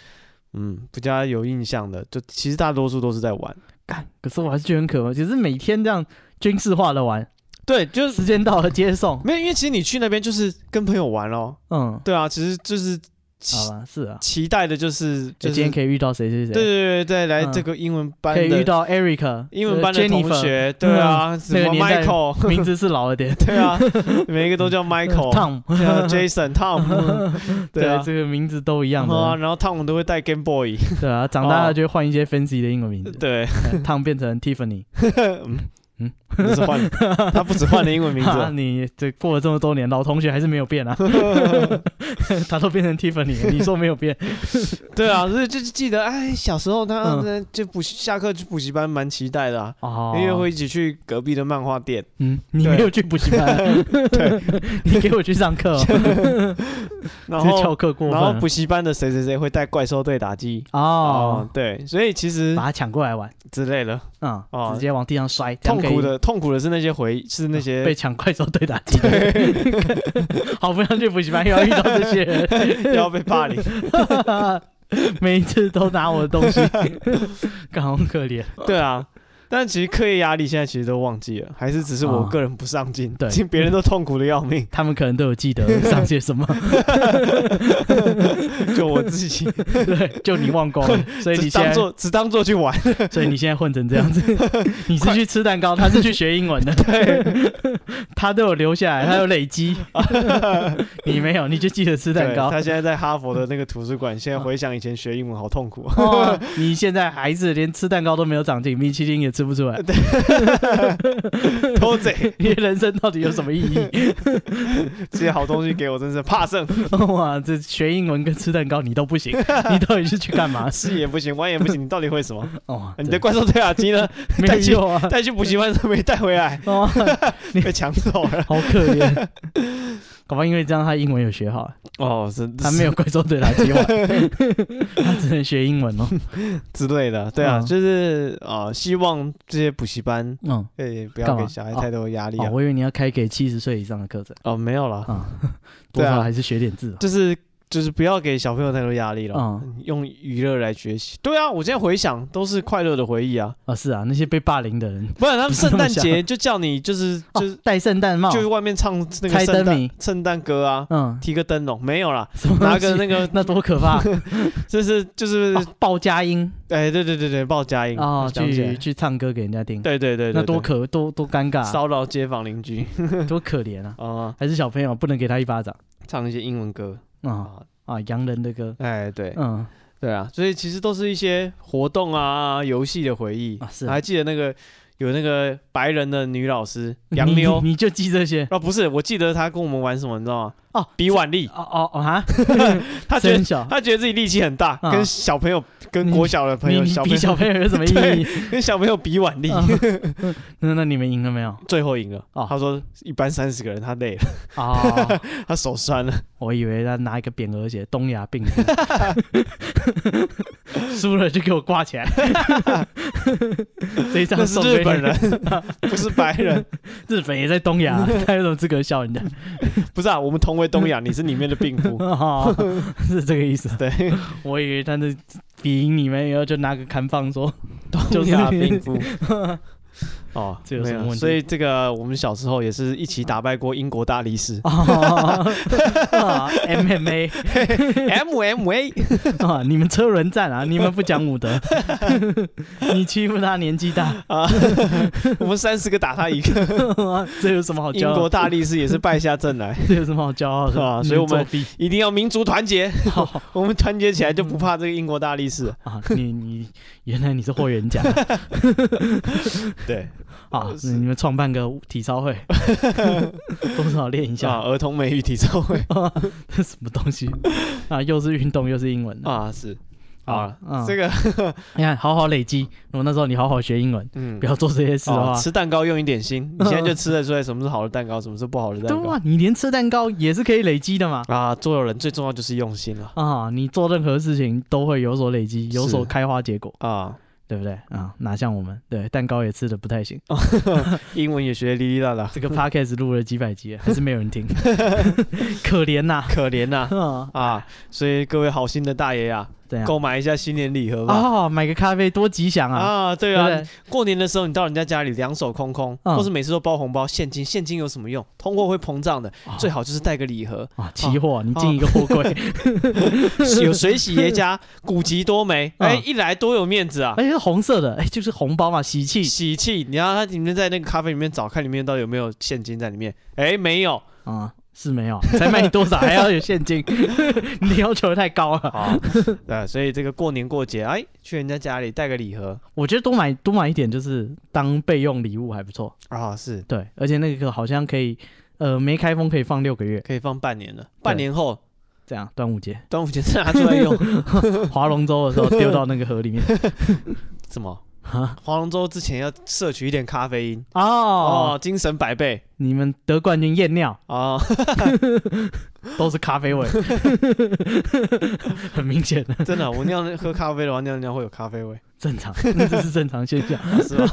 Speaker 1: 嗯，比较有印象的，就其实大多数都是在玩。
Speaker 2: 干，可是我还是觉得很可怕，只是每天这样军事化的玩，
Speaker 1: 对，就是
Speaker 2: 时间到了接送。
Speaker 1: 没有，因为其实你去那边就是跟朋友玩咯。
Speaker 2: 嗯，
Speaker 1: 对啊，其实就是期
Speaker 2: 好吧，是啊，
Speaker 1: 期待的就是就
Speaker 2: 就
Speaker 1: 是
Speaker 2: 今天可以遇到谁谁谁，
Speaker 1: 对对对对，来
Speaker 2: 嗯
Speaker 1: 这个英文班
Speaker 2: 可以遇
Speaker 1: 的
Speaker 2: 到 Eric，
Speaker 1: 英文班
Speaker 2: 呃
Speaker 1: 的同
Speaker 2: Jennifer，嗯
Speaker 1: 学，对啊，什
Speaker 2: 那
Speaker 1: 么
Speaker 2: 个年代
Speaker 1: Michael，
Speaker 2: 名字是老了点
Speaker 1: 对 啊，每一个都叫 Michael、
Speaker 2: 嗯，Tom，
Speaker 1: 对啊 Jason、Tom，对
Speaker 2: 对，哦
Speaker 1: 啊。
Speaker 2: 这个名字都一样
Speaker 1: 啊，
Speaker 2: 的，
Speaker 1: 然后 Tom 都会带 Game Boy，
Speaker 2: 对啊，长大了就会换一些 fancy 的英文名字
Speaker 1: 对，
Speaker 2: 呃，Tom 变成 Tiffany，
Speaker 1: 嗯
Speaker 2: 嗯
Speaker 1: 嗯，不是换了，他不止换了英文名字
Speaker 2: 啊，
Speaker 1: 哦，
Speaker 2: 你这过了这么多年，老同学还是没有 变啊， 他都变成 Tiffany，了你说没 有变？
Speaker 1: 对啊，所以就是记得，哎，小时候他
Speaker 2: 嗯
Speaker 1: 那就补习下课去补习班，蛮期待的啊，
Speaker 2: 哦
Speaker 1: 因为会一起去隔壁的漫画店，
Speaker 2: 嗯，你没有去补习 班， 你给我去上课、哦，
Speaker 1: 然
Speaker 2: 这翘
Speaker 1: 后
Speaker 2: 课过分
Speaker 1: 然后
Speaker 2: 了
Speaker 1: 补习班的谁谁谁会带怪兽对打机，
Speaker 2: 哦
Speaker 1: 哦，，对，所以其实
Speaker 2: 把他抢过来玩，
Speaker 1: 之类的，
Speaker 2: 嗯，
Speaker 1: 哦
Speaker 2: 直接往地上摔，这样
Speaker 1: 痛
Speaker 2: 可以
Speaker 1: 苦的痛苦的是那些回忆，是那些
Speaker 2: 被抢怪兽对打击， 好不想去补习班，又要遇到这些人，
Speaker 1: 又 要被霸凌，
Speaker 2: 每一次都拿我的东 西， 干好可怜。
Speaker 1: 对啊。但其实课业压力现在其实都忘记了，还是只是我
Speaker 2: 哦
Speaker 1: 个人不上进，
Speaker 2: 对
Speaker 1: 其实别人都痛苦的要 命，
Speaker 2: 他们可能都有记得上些什么，
Speaker 1: 就我自己
Speaker 2: 对，就你忘 光了，所以你
Speaker 1: 只
Speaker 2: 现
Speaker 1: 当
Speaker 2: 在，
Speaker 1: 做只当做去玩。
Speaker 2: 所以你现在混成这样子，你是去吃蛋糕，他是去学英文 的，对， 他都有留下来，他有累积，你没有，你就记得吃蛋
Speaker 1: 对
Speaker 2: 糕。
Speaker 1: 他现在在哈佛的那个图书馆，
Speaker 2: 啊
Speaker 1: 现在回想以前学英文好痛 苦。
Speaker 2: 哦，你现在孩子连吃蛋糕都没有长进，米其林也吃 不出来，
Speaker 1: 偷贼，
Speaker 2: 你的人生到底有什么意 义？
Speaker 1: 这些好东西给我，真是怕剩，
Speaker 2: 哇，这学英文跟吃蛋糕你都不行， 你到底是去干嘛？
Speaker 1: 吃也不行，玩也不行，你到底会什么？
Speaker 2: 哦，
Speaker 1: 你的怪兽对讲机呢？
Speaker 2: 真没有用啊！
Speaker 1: 带去补习班都没带回来，
Speaker 2: 哦， 你
Speaker 1: 被抢走了。
Speaker 2: 好可怜。搞不好因为这样，他英文有学好，
Speaker 1: 哦，真
Speaker 2: 他没有怪兽对 打机玩，他只能学英文哦。
Speaker 1: 之类的，对啊，
Speaker 2: 嗯
Speaker 1: 就是啊，希望这些补习班
Speaker 2: 嗯，
Speaker 1: 诶不要
Speaker 2: 干嘛
Speaker 1: 给小孩太多压力
Speaker 2: 哦
Speaker 1: 啊，。
Speaker 2: 我以为你要开给七十岁以上的课程
Speaker 1: 哦，没有啦，
Speaker 2: 啊，多
Speaker 1: 对啊
Speaker 2: 少还是学点字吧。哦
Speaker 1: 就是。就是不要给小朋友太多压力了
Speaker 2: 嗯，
Speaker 1: 用娱乐来学习。对啊，我现在回想都是快乐的回忆啊。
Speaker 2: 啊，是啊，那些被霸凌的人，
Speaker 1: 不然他们
Speaker 2: 不是
Speaker 1: 圣
Speaker 2: 那么
Speaker 1: 诞
Speaker 2: 想
Speaker 1: 节就叫你就是就是
Speaker 2: 哦戴圣诞帽
Speaker 1: 就，去外面唱那个
Speaker 2: 开
Speaker 1: 圣
Speaker 2: 灯
Speaker 1: 诞
Speaker 2: 谜
Speaker 1: 圣诞歌啊，
Speaker 2: 嗯，
Speaker 1: 提个灯笼没有 啦，
Speaker 2: 什么
Speaker 1: 拿
Speaker 2: 东
Speaker 1: 个
Speaker 2: 西
Speaker 1: 那个
Speaker 2: 那多可怕！
Speaker 1: 就是就是
Speaker 2: 哦报 佳音
Speaker 1: 哎对对对对报佳音
Speaker 2: 啊，
Speaker 1: 讲起
Speaker 2: 去
Speaker 1: 来
Speaker 2: 去唱歌给人家听，
Speaker 1: 对对对对
Speaker 2: 那
Speaker 1: 对
Speaker 2: 多可多多尴尬啊，
Speaker 1: 骚扰街坊邻居
Speaker 2: 多可怜啊！
Speaker 1: 啊，
Speaker 2: 还是小朋友不能给他一巴掌
Speaker 1: 唱一些英文歌
Speaker 2: 啊
Speaker 1: 啊，
Speaker 2: 啊！洋人的歌，
Speaker 1: 哎对
Speaker 2: 嗯，
Speaker 1: 对啊，所以其实都是一些活动啊游戏的回忆
Speaker 2: 啊是啊
Speaker 1: 还记得那个有那个白人的女老 师洋
Speaker 2: 你
Speaker 1: 妞
Speaker 2: 你就记这些
Speaker 1: 啊不是，我记得她跟我们玩什么你知道吗？
Speaker 2: 哦
Speaker 1: 比腕 力，
Speaker 2: 哦哦哦啊！
Speaker 1: 她觉得
Speaker 2: 真小，
Speaker 1: 他觉得自己力气很大，
Speaker 2: 啊
Speaker 1: 跟小朋友、跟国小的朋
Speaker 2: 你
Speaker 1: 友、
Speaker 2: 你
Speaker 1: 小朋
Speaker 2: 比
Speaker 1: 友
Speaker 2: 小朋友有什么意义？
Speaker 1: 跟小朋友比腕力，
Speaker 2: 啊
Speaker 1: 嗯
Speaker 2: 那那你们赢了没有？
Speaker 1: 最后赢了。
Speaker 2: 哦
Speaker 1: 他说一般三十个人，他累了，
Speaker 2: 哦，
Speaker 1: 他手酸了。
Speaker 2: 我以为他拿一个匾额写“东亚病夫”， 输了就给我挂起来。 这
Speaker 1: 那
Speaker 2: 一张
Speaker 1: 是
Speaker 2: 送给
Speaker 1: 日
Speaker 2: 你
Speaker 1: 本，人， 不是白人，
Speaker 2: 日本也在东亚，他有什么资格笑人家？
Speaker 1: 不是啊。我们同为东亚，你是里面的病 夫。
Speaker 2: 哦，是这个意思。
Speaker 1: 嗯对，
Speaker 2: 我以为他是比赢你们以后就拿个看放说， 就
Speaker 1: 东
Speaker 2: 是
Speaker 1: 亚病夫。哦，
Speaker 2: 这有什么
Speaker 1: 没
Speaker 2: 问题
Speaker 1: 所以这个我们小时候也是一起打败过英国大力 士
Speaker 2: 哦 啊，MMA 哎
Speaker 1: MMA。
Speaker 2: 啊，你们车轮战啊，你们不讲武德， 你欺负他年纪大，
Speaker 1: 啊， 我们三十个打他一个。
Speaker 2: 这有 什么好骄
Speaker 1: 英国
Speaker 2: 傲？
Speaker 1: 大力士也是败下阵 来，
Speaker 2: 这有什么好骄傲的？
Speaker 1: 啊所以我们
Speaker 2: 你作弊
Speaker 1: 一定要民族团结。
Speaker 2: 哦
Speaker 1: 我们团结起来就不怕这个英国大力士。
Speaker 2: 啊，你你原来你是霍元甲
Speaker 1: 对，
Speaker 2: 啊！
Speaker 1: 是
Speaker 2: 你们创办个体 操会， 多少练一
Speaker 1: 啊，
Speaker 2: 下，
Speaker 1: 儿童美语体操会
Speaker 2: 这什么东西啊？又是运动又是英文的
Speaker 1: 啊，是好了，
Speaker 2: 嗯
Speaker 1: 这个
Speaker 2: 你看，好好累积。如果那时候你好好学英文，
Speaker 1: 嗯
Speaker 2: 不，要啊做这些事的
Speaker 1: 哦
Speaker 2: 话，
Speaker 1: 吃蛋糕用一点 心，你现在就吃得出来什么是好的蛋糕，什么是不好的蛋
Speaker 2: 对
Speaker 1: 糕
Speaker 2: 啊，你连吃蛋糕也是可以累积的嘛。
Speaker 1: 啊！做人最重要就是用心了
Speaker 2: 啊，你做任何事情都会有所累积，有所
Speaker 1: 是
Speaker 2: 开花结果，
Speaker 1: 啊！
Speaker 2: 对不对？啊，哪像我们，对蛋糕也吃的不太行。
Speaker 1: 哦英文也学得哩哩啦啦，
Speaker 2: 这个 podcast 录了几百集了，还是没有人听， 可怜呐、
Speaker 1: 可怜呐
Speaker 2: 啊！
Speaker 1: 啊！所以各位好心的大爷啊，
Speaker 2: 怎样？
Speaker 1: 购买一下新年礼盒吧。
Speaker 2: 哦，买个咖啡多吉祥啊！
Speaker 1: 啊，对
Speaker 2: 对不
Speaker 1: 啊，
Speaker 2: 对？
Speaker 1: 过年的时候你到人家家里两手空空，
Speaker 2: 嗯
Speaker 1: 或是每次都包红包、现金，现金有什么用？通货会膨胀的，
Speaker 2: 啊
Speaker 1: 最好哦就是带个礼盒，
Speaker 2: 啊，期货，你进一个货柜，
Speaker 1: 有水洗爷家、古籍多梅，
Speaker 2: 嗯
Speaker 1: 哎，一来多有面子啊
Speaker 2: 而！哎且是红色的，哎，就是红包嘛，喜气
Speaker 1: 喜气，你让他里面在那个咖啡里面找，看里面到底有没有现金在里面。哎，没有，
Speaker 2: 啊，是没有，才卖你多少还要有现金， 你要求太高了。
Speaker 1: 好，啊对，所以这个过年过节，哎，去人家家里带个礼盒
Speaker 2: 我觉得多买多买一点，就是当备用礼物还不错。
Speaker 1: 啊，是
Speaker 2: 对，而且那个好像可以，呃，没开封可以放六个月，
Speaker 1: 可以放半年了，半年后
Speaker 2: 这样端午节
Speaker 1: 端午节再拿出来用。
Speaker 2: 划龙舟的时候丢到那个河 里面。
Speaker 1: 怎么？
Speaker 2: 啊
Speaker 1: 划龙舟之前要摄取一点咖啡因
Speaker 2: 哦，
Speaker 1: 哦，精神百倍
Speaker 2: 你们得冠军验尿
Speaker 1: 哦。
Speaker 2: 都是咖啡味， 很明显的
Speaker 1: 真的，我尿喝咖啡的话，尿尿会有咖啡 味，
Speaker 2: 正常，这是正常现象，
Speaker 1: 是吧？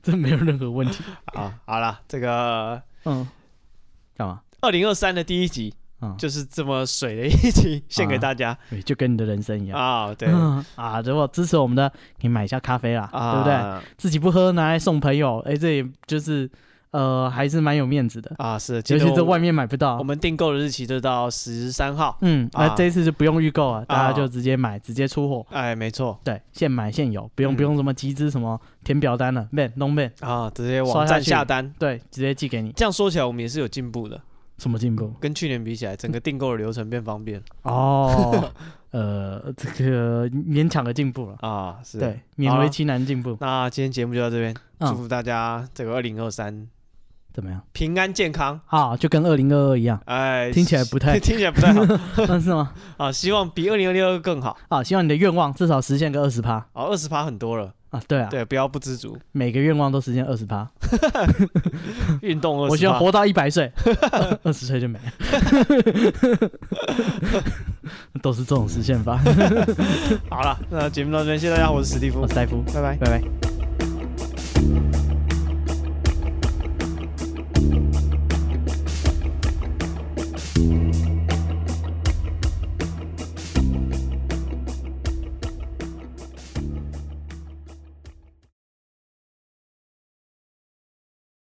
Speaker 2: 这没有任何问题。
Speaker 1: 啊，好啦，这个
Speaker 2: 嗯，干嘛？
Speaker 1: 二零二三的第一集
Speaker 2: 嗯，
Speaker 1: 就是这么水的一集，献给大家
Speaker 2: 对就跟你的人生一样。
Speaker 1: 啊。对，
Speaker 2: 啊嗯啊，如果支持我们的，可以买一下咖啡啦，
Speaker 1: 啊，
Speaker 2: 对不对？自己不喝，拿来送朋友，哎，这也就是呃，还是蛮有面子的。
Speaker 1: 啊，是，
Speaker 2: 尤
Speaker 1: 其
Speaker 2: 其
Speaker 1: 实
Speaker 2: 这外面买不到
Speaker 1: 我，们订购的日期就到十三号。
Speaker 2: 嗯，那、
Speaker 1: 啊
Speaker 2: 这一次就不用预购了，大家
Speaker 1: 啊
Speaker 2: 就直接买，直接出货，
Speaker 1: 哎，没错
Speaker 2: 对，现买现有，不用、
Speaker 1: 嗯
Speaker 2: 不用什么集资什么填表单了，man no man，
Speaker 1: 啊，直接网
Speaker 2: 刷下
Speaker 1: 站
Speaker 2: 去
Speaker 1: 下单。
Speaker 2: 对，直接寄给你，
Speaker 1: 这样说起来，我们也是有进步的，
Speaker 2: 什么进步？
Speaker 1: 跟去年比起来，整个订购的流程变方便了
Speaker 2: 哦， 呃，这个勉强的进步了，
Speaker 1: 啊。是，
Speaker 2: 对，勉为其难进步，
Speaker 1: 那今天节目就到这边，祝
Speaker 2: 嗯，
Speaker 1: 福大家这个二零二三
Speaker 2: 怎么样？
Speaker 1: 平安健康。，
Speaker 2: 啊，就跟二零二二一样
Speaker 1: 哎，
Speaker 2: 听起来不太
Speaker 1: 听起来不太好
Speaker 2: 嗯是吗？
Speaker 1: 啊，希望比二零二二更好
Speaker 2: 啊，希望你的愿望至少实现个二十趴
Speaker 1: 啊，二十趴很多了，
Speaker 2: 啊，对啊，
Speaker 1: 对，不要不知足，
Speaker 2: 每个愿望都实现二十趴，
Speaker 1: 运动二
Speaker 2: 我希
Speaker 1: 十
Speaker 2: 望
Speaker 1: 趴
Speaker 2: 活到一百岁， 二十岁就没了， 都是这种实现法。啊
Speaker 1: 好了，那节目到这边，谢谢大家，我是史蒂夫
Speaker 2: 我，是戴夫，
Speaker 1: 拜拜。
Speaker 2: 拜拜。